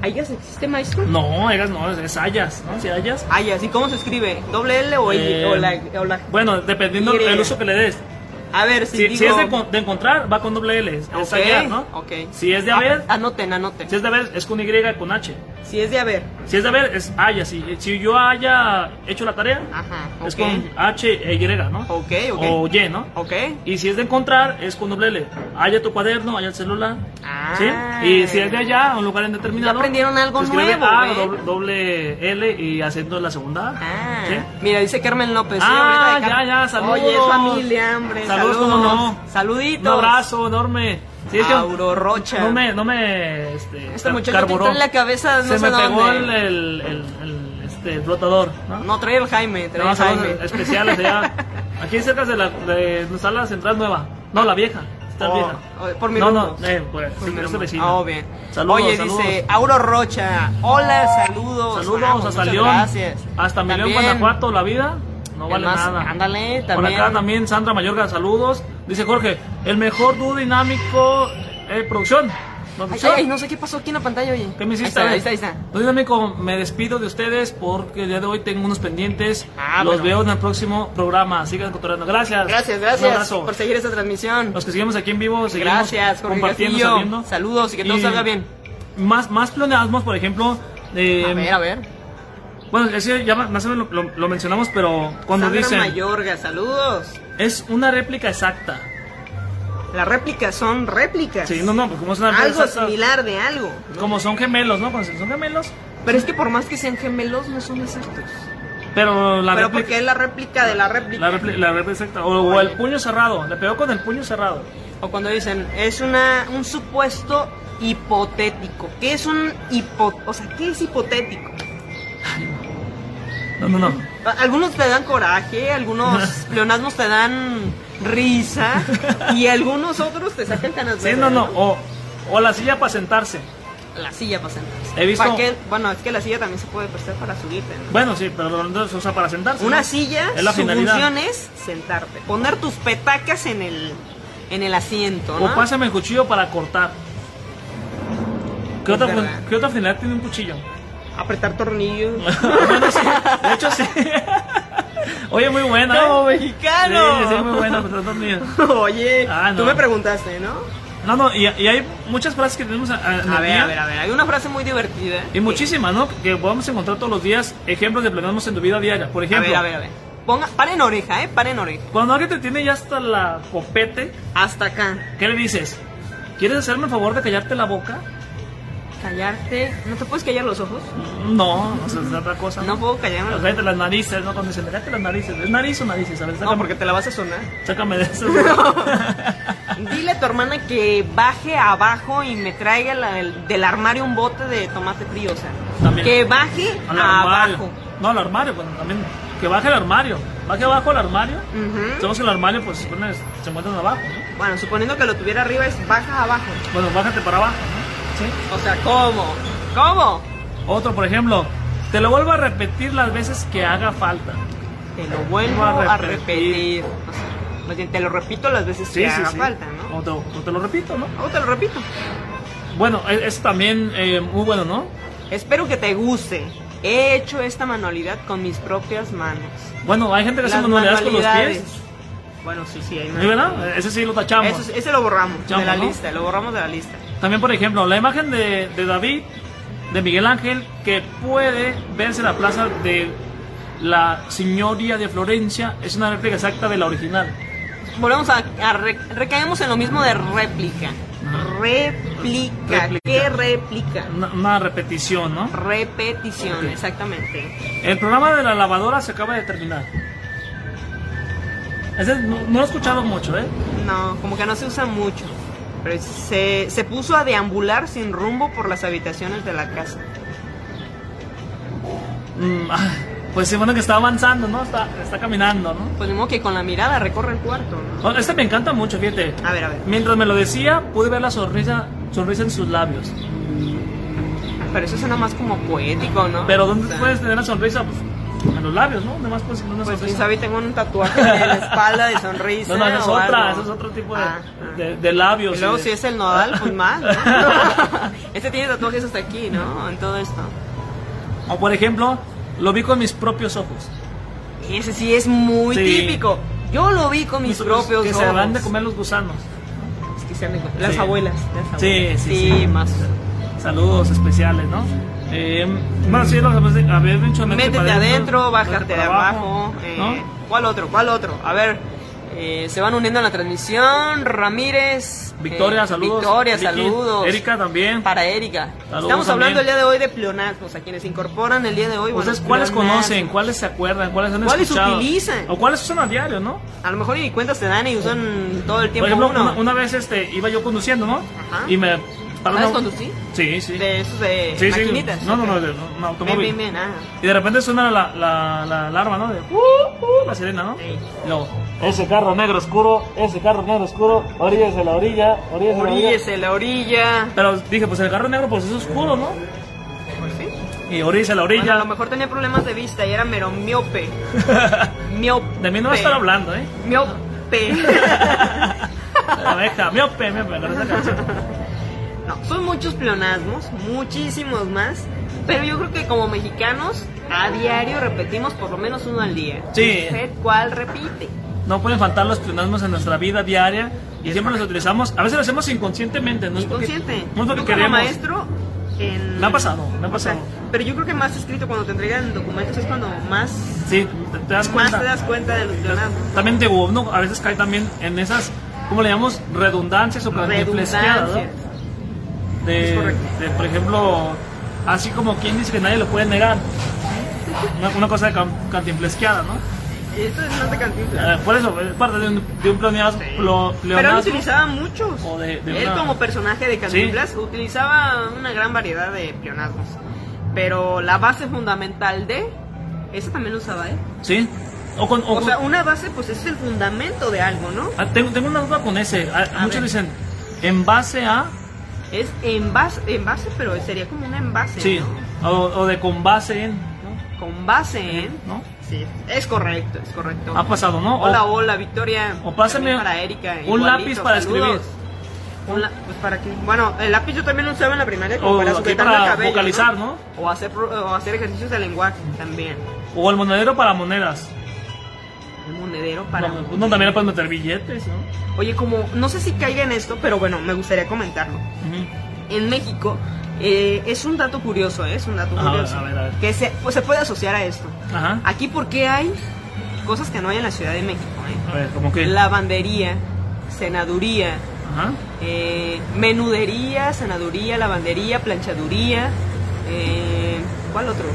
[SPEAKER 5] ¿Ahí ya se existe maestro?
[SPEAKER 4] No, hayas no, es, es hayas, ¿no? Si hayas.
[SPEAKER 5] Ah, ya, ¿sí? ¿Cómo se escribe? ¿Doble L o, I-
[SPEAKER 4] Eh,
[SPEAKER 5] o la, o la-
[SPEAKER 4] Bueno, dependiendo
[SPEAKER 5] Y.
[SPEAKER 4] del uso que le des.
[SPEAKER 5] A ver, si,
[SPEAKER 4] Si,
[SPEAKER 5] digo...
[SPEAKER 4] si es de, encon- de encontrar, va con doble L. Es
[SPEAKER 5] Ok,
[SPEAKER 4] hallar, ¿no?
[SPEAKER 5] ok. Ah,
[SPEAKER 4] Si es de
[SPEAKER 5] A-
[SPEAKER 4] haber,
[SPEAKER 5] anoten, anoten.
[SPEAKER 4] si es de haber, es con Y, con H.
[SPEAKER 5] Si es de haber.
[SPEAKER 4] Si es de haber, es haya. Si, si yo haya hecho la tarea,
[SPEAKER 5] Ajá,
[SPEAKER 4] es
[SPEAKER 5] ok.
[SPEAKER 4] con H e Y, ¿no?
[SPEAKER 5] Ok, ok.
[SPEAKER 4] O Y, ¿no?
[SPEAKER 5] ¿Ok?
[SPEAKER 4] Y si es de encontrar, es con doble L. Haya tu cuaderno, haya el celular.
[SPEAKER 5] Ah.
[SPEAKER 4] ¿Sí? Y si es de allá, un lugar indeterminado.
[SPEAKER 5] Ya aprendieron algo
[SPEAKER 4] se escribe
[SPEAKER 5] nuevo,
[SPEAKER 4] A,
[SPEAKER 5] ¿eh?
[SPEAKER 4] doble, doble L y haciendo la segunda A.
[SPEAKER 5] Ah,
[SPEAKER 4] ¿Sí?
[SPEAKER 5] mira, dice Carmen López. sí,
[SPEAKER 4] Ah,
[SPEAKER 5] hombre, de Car-
[SPEAKER 4] ya, ya, saludos.
[SPEAKER 5] Oye, es familia, hombre.
[SPEAKER 4] Saludos, cómo no.
[SPEAKER 5] Saluditos.
[SPEAKER 4] Un abrazo enorme. Sí, es que-
[SPEAKER 5] Auro Rocha.
[SPEAKER 4] No me, no me, este,
[SPEAKER 5] Este
[SPEAKER 4] car-
[SPEAKER 5] muchacho
[SPEAKER 4] carburó.
[SPEAKER 5] te trae la cabeza, no
[SPEAKER 4] Se
[SPEAKER 5] sé
[SPEAKER 4] me pegó el, el,
[SPEAKER 5] dónde.
[SPEAKER 4] el, el, este, el flotador, ¿no?
[SPEAKER 5] No, trae el Jaime, trae
[SPEAKER 4] No,
[SPEAKER 5] el
[SPEAKER 4] saludos
[SPEAKER 5] Jaime.
[SPEAKER 4] especiales allá. Aquí cerca de la, de, donde está la central nueva. No, la vieja. estás
[SPEAKER 5] O-
[SPEAKER 4] bien.
[SPEAKER 5] o- Oh, por mi
[SPEAKER 4] No,
[SPEAKER 5] rumbo.
[SPEAKER 4] no, eh, por, sí,
[SPEAKER 5] Por mi
[SPEAKER 4] por ese
[SPEAKER 5] rumbo.
[SPEAKER 4] vecino.
[SPEAKER 5] Ah, oh, bien.
[SPEAKER 4] Saludos,
[SPEAKER 5] Oye,
[SPEAKER 4] saludos.
[SPEAKER 5] dice Auro Rocha. Hola, saludos.
[SPEAKER 4] Saludos
[SPEAKER 5] Vamos,
[SPEAKER 4] hasta
[SPEAKER 5] ah, muchas
[SPEAKER 4] León.
[SPEAKER 5] Gracias.
[SPEAKER 4] Hasta mi León,
[SPEAKER 5] También,
[SPEAKER 4] Guanajuato, la vida. No
[SPEAKER 5] el
[SPEAKER 4] vale
[SPEAKER 5] más-
[SPEAKER 4] nada.
[SPEAKER 5] Ándale,
[SPEAKER 4] Por
[SPEAKER 5] también.
[SPEAKER 4] acá también Sandra Mayorga, saludos. Dice Jorge, el mejor dúo dinámico. Eh, producción.
[SPEAKER 5] Ay,
[SPEAKER 4] Producción.
[SPEAKER 5] ay, ay, no sé qué pasó aquí en la pantalla, oye.
[SPEAKER 4] ¿Qué me hiciste?
[SPEAKER 5] Ahí está, ahí está. ahí
[SPEAKER 4] Dúo dinámico, me despido de ustedes porque el día de hoy tengo unos pendientes.
[SPEAKER 5] Ah,
[SPEAKER 4] Los
[SPEAKER 5] bueno.
[SPEAKER 4] veo en el próximo programa. Sigan cotorreando. Gracias.
[SPEAKER 5] está. Gracias,
[SPEAKER 4] Un
[SPEAKER 5] gracias
[SPEAKER 4] abrazo.
[SPEAKER 5] por seguir esta transmisión.
[SPEAKER 4] Los que seguimos aquí en vivo, seguimos
[SPEAKER 5] Gracias, Jorge
[SPEAKER 4] compartiendo,
[SPEAKER 5] Castillo.
[SPEAKER 4] saliendo.
[SPEAKER 5] Saludos y que todo salga bien.
[SPEAKER 4] Más, más planeamos, por ejemplo. eh,
[SPEAKER 5] A ver, a ver.
[SPEAKER 4] Bueno, ese ya más o menos lo, lo- lo mencionamos, pero cuando
[SPEAKER 5] Sandra
[SPEAKER 4] dicen
[SPEAKER 5] Mayorga, saludos.
[SPEAKER 4] es una réplica exacta.
[SPEAKER 5] Las réplicas son réplicas.
[SPEAKER 4] Sí, no, no, porque como es una réplica
[SPEAKER 5] Algo
[SPEAKER 4] exacta,
[SPEAKER 5] similar de algo.
[SPEAKER 4] Como son gemelos, ¿no? Como son gemelos,
[SPEAKER 5] Pero es que por más que sean gemelos, no son exactos.
[SPEAKER 4] pero la
[SPEAKER 5] Pero
[SPEAKER 4] réplica.
[SPEAKER 5] porque es la réplica de la réplica.
[SPEAKER 4] La réplica, la réplica exacta. O, o el puño cerrado. Le pegó con el puño cerrado.
[SPEAKER 5] O cuando dicen, es una, un supuesto hipotético. ¿Qué es un hipo, o sea, qué es hipotético?
[SPEAKER 4] No, no, no.
[SPEAKER 5] A- Algunos te dan coraje, algunos pleonasmos te dan risa y algunos otros te sacan canas
[SPEAKER 4] Sí,
[SPEAKER 5] verdes,
[SPEAKER 4] no, no. O, o la silla para sentarse.
[SPEAKER 5] La silla para sentarse.
[SPEAKER 4] He visto-
[SPEAKER 5] ¿Para qué? Bueno, es que la silla también se puede prestar para subirte. ¿no?
[SPEAKER 4] Bueno, sí, pero no se usa para sentarse.
[SPEAKER 5] Una
[SPEAKER 4] ¿no?
[SPEAKER 5] silla,
[SPEAKER 4] Es la
[SPEAKER 5] su
[SPEAKER 4] finalidad.
[SPEAKER 5] función es sentarte, poner tus petacas en el, en el asiento,
[SPEAKER 4] O
[SPEAKER 5] ¿no?
[SPEAKER 4] pásame el cuchillo para cortar. ¿Qué
[SPEAKER 5] Es
[SPEAKER 4] otra, fun-
[SPEAKER 5] verdad.
[SPEAKER 4] ¿Qué otra finalidad tiene un cuchillo?
[SPEAKER 5] Apretar tornillos.
[SPEAKER 4] Bueno, sí, de hecho sí. Oye, muy buena. ¿eh?
[SPEAKER 5] ¡Como
[SPEAKER 4] Sí,
[SPEAKER 5] mexicano!
[SPEAKER 4] sí, muy buena. pero no, mira.
[SPEAKER 5] Oye,
[SPEAKER 4] Ah, no.
[SPEAKER 5] tú me preguntaste, ¿no?
[SPEAKER 4] No, no, y, y hay muchas frases que tenemos a, a- en
[SPEAKER 5] A
[SPEAKER 4] el
[SPEAKER 5] ver,
[SPEAKER 4] día,
[SPEAKER 5] a ver, a ver. Hay una frase muy divertida.
[SPEAKER 4] Y muchísimas, ¿no? Que podemos encontrar todos los días ejemplos de planeamos en tu vida diaria. Por
[SPEAKER 5] A
[SPEAKER 4] ejemplo,
[SPEAKER 5] ver, a ver, a ver. Ponga, paren oreja, ¿eh? Paren oreja.
[SPEAKER 4] cuando alguien te tiene ya hasta la copete,
[SPEAKER 5] Hasta acá.
[SPEAKER 4] ¿qué le dices? ¿Quieres hacerme el favor de callarte la boca?
[SPEAKER 5] Callarte. ¿No te puedes callar los ojos?
[SPEAKER 4] Mm, No, no sé, es otra cosa.
[SPEAKER 5] No puedo callarme los ojos.
[SPEAKER 4] Cállate las narices, ¿no? Cuando dicen, cállate las narices. ¿Es nariz o narices? A ver, sácame,
[SPEAKER 5] No, porque te la vas a sonar.
[SPEAKER 4] sácame de eso.
[SPEAKER 5] Dile a tu hermana que baje abajo y me traiga la- el- del armario un bote de tomate frío, o sea.
[SPEAKER 4] También.
[SPEAKER 5] Que baje
[SPEAKER 4] Al armario.
[SPEAKER 5] abajo.
[SPEAKER 4] No, al armario, bueno, también. Que baje el armario. Baje abajo el armario.
[SPEAKER 5] Ujú.
[SPEAKER 4] Sabemos que el armario, pues, se, pone- se encuentran abajo, ¿no?
[SPEAKER 5] Bueno, suponiendo que lo tuviera arriba es baja abajo.
[SPEAKER 4] Bueno, bájate para abajo, ¿no? Sí.
[SPEAKER 5] O sea, ¿cómo? ¿Cómo?
[SPEAKER 4] Otro, por ejemplo, te lo vuelvo a repetir las veces que haga falta.
[SPEAKER 5] Te lo vuelvo
[SPEAKER 4] a
[SPEAKER 5] a repetir. O sea, más bien, te lo repito las veces que haga falta, ¿no?
[SPEAKER 4] O te, o te lo repito, ¿no?
[SPEAKER 5] O te lo repito.
[SPEAKER 4] Bueno, e- es también eh, muy bueno, ¿no?
[SPEAKER 5] Espero que te guste. He hecho esta manualidad con mis propias manos.
[SPEAKER 4] Bueno, hay gente que hace
[SPEAKER 5] Las
[SPEAKER 4] manualidades con los pies.
[SPEAKER 5] manualidades. Bueno, sí, sí, hay
[SPEAKER 4] ¿Sí, verdad? E-, Ese sí lo tachamos.
[SPEAKER 5] Eso, ese lo borramos
[SPEAKER 4] Chamo,
[SPEAKER 5] de la
[SPEAKER 4] ¿no?
[SPEAKER 5] lista, lo borramos de la lista.
[SPEAKER 4] También, por ejemplo, la imagen de, de David, de Miguel Ángel, que puede verse en la plaza de la Signoria de Florencia, es una réplica exacta de la original.
[SPEAKER 5] Volvemos a, a re- recaemos en lo mismo de réplica. Réplica.
[SPEAKER 4] Réplica.
[SPEAKER 5] ¿Qué réplica?
[SPEAKER 4] Una, una repetición, ¿no?
[SPEAKER 5] Repetición,
[SPEAKER 4] Ok.
[SPEAKER 5] exactamente.
[SPEAKER 4] El programa de la lavadora se acaba de terminar. Ese no, no lo he escuchado mucho, ¿eh?
[SPEAKER 5] No, como que no se usa mucho. Pero se, se puso a deambular sin rumbo por las habitaciones de la casa.
[SPEAKER 4] Mm, ah, pues sí, bueno que está avanzando, ¿no? Está, está caminando, ¿no?
[SPEAKER 5] Pues ni modo que con la mirada recorre el cuarto, ¿no?
[SPEAKER 4] Oh, Este me encanta mucho, fíjate.
[SPEAKER 5] A ver, a ver.
[SPEAKER 4] Mientras me lo decía, pude ver la sonrisa, sonrisa en sus labios.
[SPEAKER 5] Pero eso suena más como poético, ¿no?
[SPEAKER 4] Pero ¿dónde
[SPEAKER 5] O sea,
[SPEAKER 4] puedes tener la sonrisa? Pues en los labios, ¿no? ¿Dónde más puedes tener una
[SPEAKER 5] Pues quién
[SPEAKER 4] sonrisa?
[SPEAKER 5] sabe, tengo un tatuaje en la espalda de sonrisa.
[SPEAKER 4] no, no, esa es
[SPEAKER 5] o
[SPEAKER 4] otra, esa
[SPEAKER 5] algo.
[SPEAKER 4] es otro tipo de,
[SPEAKER 5] Ah, ah.
[SPEAKER 4] de, de labios.
[SPEAKER 5] Y luego
[SPEAKER 4] y de-
[SPEAKER 5] si es el nodal, pues más, ¿no? este tiene tatuajes hasta aquí, ¿no? En todo esto.
[SPEAKER 4] O por ejemplo, lo vi con mis propios ojos.
[SPEAKER 5] Y ese sí es muy
[SPEAKER 4] Sí.
[SPEAKER 5] típico. Yo lo vi con mis propios
[SPEAKER 4] Que
[SPEAKER 5] ojos.
[SPEAKER 4] se van de comer los gusanos.
[SPEAKER 5] Es que se han de comer. Las
[SPEAKER 4] Sí.
[SPEAKER 5] abuelas. las
[SPEAKER 4] Sí,
[SPEAKER 5] abuelas.
[SPEAKER 4] sí, sí.
[SPEAKER 5] más.
[SPEAKER 4] Saludos especiales, ¿no? Eh, bueno, sí, lo habíamos de- habíamos dicho. métete
[SPEAKER 5] Métete
[SPEAKER 4] para
[SPEAKER 5] adentro, bájate
[SPEAKER 4] métete
[SPEAKER 5] de
[SPEAKER 4] para
[SPEAKER 5] abajo. eh,
[SPEAKER 4] ¿no?
[SPEAKER 5] ¿Cuál otro? ¿Cuál otro? A ver. eh, se van uniendo a la transmisión. Ramírez.
[SPEAKER 4] Victoria,
[SPEAKER 5] eh,
[SPEAKER 4] saludos.
[SPEAKER 5] Victoria,
[SPEAKER 4] Vicky,
[SPEAKER 5] saludos.
[SPEAKER 4] Erika también.
[SPEAKER 5] Para Erika.
[SPEAKER 4] Saludos
[SPEAKER 5] Estamos hablando
[SPEAKER 4] también.
[SPEAKER 5] el día de hoy de pleonasmos. A quienes se incorporan el día de hoy. bueno,
[SPEAKER 4] ¿Ustedes cuáles
[SPEAKER 5] pleonasmos.
[SPEAKER 4] conocen? ¿Cuáles se acuerdan? ¿Cuáles han
[SPEAKER 5] ¿Cuáles
[SPEAKER 4] escuchado?
[SPEAKER 5] utilizan?
[SPEAKER 4] ¿O cuáles usan a diario, no?
[SPEAKER 5] A lo mejor ni cuentas te dan y usan todo el
[SPEAKER 4] Por
[SPEAKER 5] tiempo
[SPEAKER 4] ejemplo,
[SPEAKER 5] uno.
[SPEAKER 4] una, una vez este, iba yo conduciendo, ¿no?
[SPEAKER 5] Ajá.
[SPEAKER 4] Y me Para
[SPEAKER 5] ¿Sabes
[SPEAKER 4] una-
[SPEAKER 5] conducir?
[SPEAKER 4] Sí, sí.
[SPEAKER 5] De esos de
[SPEAKER 4] Sí, sí.
[SPEAKER 5] maquinitas.
[SPEAKER 4] No, no, no,
[SPEAKER 5] Ok.
[SPEAKER 4] de- no, un automóvil.
[SPEAKER 5] Ven, ven, ven, ah.
[SPEAKER 4] Y de repente suena la, la, la alarma, ¿no? De uh, uh, la sirena, ¿no?
[SPEAKER 5] Sí.
[SPEAKER 4] No. Ese carro negro oscuro, ese carro negro oscuro, oríllese la orilla, oríllese la orilla.
[SPEAKER 5] Oríllese la orilla.
[SPEAKER 4] Pero dije, pues el carro negro pues es oscuro, ¿no?
[SPEAKER 5] Pues sí.
[SPEAKER 4] Y oríllese la
[SPEAKER 5] Bueno, a
[SPEAKER 4] orilla.
[SPEAKER 5] lo mejor tenía problemas de vista y era mero miope. Miope.
[SPEAKER 4] De mí no va a estar hablando, ¿eh?
[SPEAKER 5] Miope.
[SPEAKER 4] La oveja, miope, miope, con esa canción.
[SPEAKER 5] no, son muchos pleonasmos, muchísimos más. Pero yo creo que como mexicanos, a diario repetimos por lo menos uno al día.
[SPEAKER 4] Sí.
[SPEAKER 5] ¿Usted cuál repite?
[SPEAKER 4] No pueden faltar los pleonasmos en nuestra vida diaria y siempre los utilizamos. A veces lo hacemos inconscientemente, ¿no? es porque-
[SPEAKER 5] Inconsciente.
[SPEAKER 4] No es porque
[SPEAKER 5] Tú como
[SPEAKER 4] queremos.
[SPEAKER 5] maestro. En...
[SPEAKER 4] Me ha pasado, me ha
[SPEAKER 5] O sea,
[SPEAKER 4] pasado.
[SPEAKER 5] pero yo creo que más escrito cuando te entregan documentos es cuando más,
[SPEAKER 4] Sí, te, te das
[SPEAKER 5] más te
[SPEAKER 4] cuenta.
[SPEAKER 5] das cuenta de los pleonasmos.
[SPEAKER 4] También te ¿no? A veces cae también en esas, ¿cómo le llamamos? Redundancias o cantinflesqueadas,
[SPEAKER 5] Redundancia.
[SPEAKER 4] ¿no? De,
[SPEAKER 5] Es correcto.
[SPEAKER 4] de, por ejemplo, así como quien dice que nadie lo puede negar. Una, una cosa de can, cantinflesqueada, ¿no?
[SPEAKER 5] Esto es más de Cantinflas.
[SPEAKER 4] Eh, por eso, es parte de un, de un pleonasmo. plo-
[SPEAKER 5] Pero él
[SPEAKER 4] pleonasmo.
[SPEAKER 5] utilizaba muchos.
[SPEAKER 4] O de- de
[SPEAKER 5] él
[SPEAKER 4] una-
[SPEAKER 5] como personaje de Cantinflas utilizaba una gran variedad de pleonasmos. Pero la base fundamental de... Esa también lo usaba, ¿eh?
[SPEAKER 4] Sí. O con, o
[SPEAKER 5] O
[SPEAKER 4] con-
[SPEAKER 5] sea, una base pues es el fundamento de algo, ¿no?
[SPEAKER 4] Ah, tengo, tengo una duda con ese. Ah,
[SPEAKER 5] A
[SPEAKER 4] muchos
[SPEAKER 5] ver.
[SPEAKER 4] dicen, en base a.
[SPEAKER 5] Es en base, en base pero sería como una envase,
[SPEAKER 4] Sí.
[SPEAKER 5] ¿no?
[SPEAKER 4] O, o de con base en. ¿no?
[SPEAKER 5] Con base en...
[SPEAKER 4] ¿No?
[SPEAKER 5] Sí, es correcto, es correcto.
[SPEAKER 4] Ha pasado, ¿no? O-
[SPEAKER 5] Hola, hola, Victoria.
[SPEAKER 4] O pásame
[SPEAKER 5] También para Erika.
[SPEAKER 4] un
[SPEAKER 5] igualito,
[SPEAKER 4] lápiz para escribir.
[SPEAKER 5] Un la- pues para que, bueno, el lápiz yo también lo usaba en la primaria como
[SPEAKER 4] O
[SPEAKER 5] para
[SPEAKER 4] aquí
[SPEAKER 5] sujetarme
[SPEAKER 4] para
[SPEAKER 5] el cabello,
[SPEAKER 4] vocalizar,
[SPEAKER 5] O hacer pro- o hacer ejercicios de lenguaje también.
[SPEAKER 4] O el monedero para monedas.
[SPEAKER 5] El monedero para
[SPEAKER 4] No, uno también le puedes meter billetes, ¿no?
[SPEAKER 5] Oye, como no sé si caiga en esto, pero bueno, me gustaría comentarlo.
[SPEAKER 4] Ujú.
[SPEAKER 5] En México eh, es un dato curioso, ¿eh? es un dato
[SPEAKER 4] A ver,
[SPEAKER 5] curioso
[SPEAKER 4] a ver, a ver.
[SPEAKER 5] que se, pues, se puede asociar a esto.
[SPEAKER 4] Ajá.
[SPEAKER 5] Aquí porque hay cosas que no hay en la Ciudad de México, ¿eh?
[SPEAKER 4] A ver, como que.
[SPEAKER 5] Lavandería, cenaduría,
[SPEAKER 4] Ajá.
[SPEAKER 5] eh, menudería, sanaduría, lavandería, planchaduría, eh, ¿cuál otro?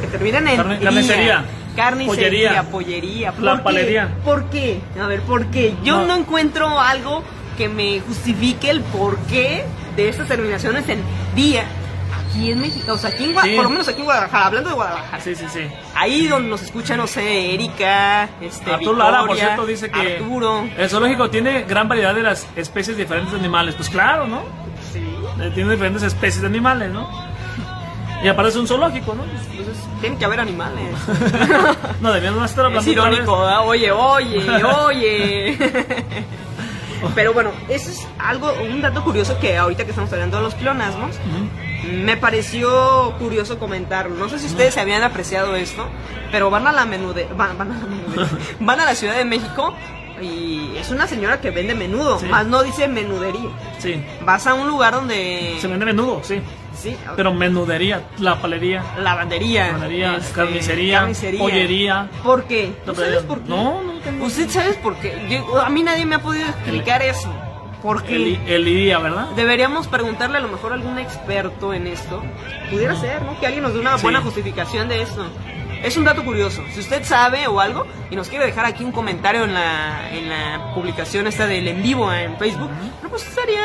[SPEAKER 5] Que terminan en
[SPEAKER 4] Carne-
[SPEAKER 5] día.
[SPEAKER 4] carnicería,
[SPEAKER 5] carnicería,
[SPEAKER 4] pollería,
[SPEAKER 5] pollería, ¿Por
[SPEAKER 4] la
[SPEAKER 5] qué?
[SPEAKER 4] palería.
[SPEAKER 5] ¿Por qué? A ver, ¿por qué? Yo
[SPEAKER 4] No.
[SPEAKER 5] no. encuentro algo que me justifique el porqué de estas terminaciones en día. Aquí en México, o sea, aquí en Gua-
[SPEAKER 4] Sí.
[SPEAKER 5] por lo menos aquí en Guadalajara, hablando de Guadalajara.
[SPEAKER 4] Sí, sí, sí.
[SPEAKER 5] Ahí donde nos escucha, no sé, Erika, este,
[SPEAKER 4] Arturo Lara, por
[SPEAKER 5] Victoria,
[SPEAKER 4] cierto, dice que
[SPEAKER 5] Arturo.
[SPEAKER 4] el zoológico tiene gran variedad de las especies diferentes de animales. Pues claro, ¿no?
[SPEAKER 5] Sí.
[SPEAKER 4] Eh, Tiene diferentes especies de animales, ¿no? Y aparte es un zoológico, ¿no? Pues, pues es-
[SPEAKER 5] Tienen que haber animales.
[SPEAKER 4] no, debíamos estar hablando
[SPEAKER 5] Es
[SPEAKER 4] otra vez.
[SPEAKER 5] irónico, ¿verdad? oye, oye, oye. Pero bueno, eso es algo, un dato curioso que ahorita que estamos hablando de los clonasmos,
[SPEAKER 4] Ujú.
[SPEAKER 5] me pareció curioso comentarlo. No sé si ustedes habían apreciado esto, pero van a la menude, van, van a la menude- van a la Ciudad de México y es una señora que vende menudo,
[SPEAKER 4] Sí.
[SPEAKER 5] más no dice menudería.
[SPEAKER 4] Sí.
[SPEAKER 5] Vas a un lugar donde
[SPEAKER 4] Se vende menudo, sí.
[SPEAKER 5] sí,
[SPEAKER 4] Pero menudería, la palería.
[SPEAKER 5] lavandería,
[SPEAKER 4] Lavandería,
[SPEAKER 5] este,
[SPEAKER 4] carnicería, pollería.
[SPEAKER 5] ¿Por qué?
[SPEAKER 4] No,
[SPEAKER 5] ¿Tú sabes
[SPEAKER 4] pero-
[SPEAKER 5] por qué?
[SPEAKER 4] No, no tengo.
[SPEAKER 5] ¿Usted sabes por qué? Yo- a mí nadie me ha podido explicar eso. ¿Por
[SPEAKER 4] El,
[SPEAKER 5] qué?
[SPEAKER 4] el iría, ¿verdad?
[SPEAKER 5] Deberíamos preguntarle a lo mejor a algún experto en esto. Pudiera ser, ¿no? Que alguien nos dé una
[SPEAKER 4] Sí.
[SPEAKER 5] buena justificación de esto. Es un dato curioso. Si usted sabe o algo y nos quiere dejar aquí un comentario en la, en la publicación esta del en vivo en Facebook, no, pues estaría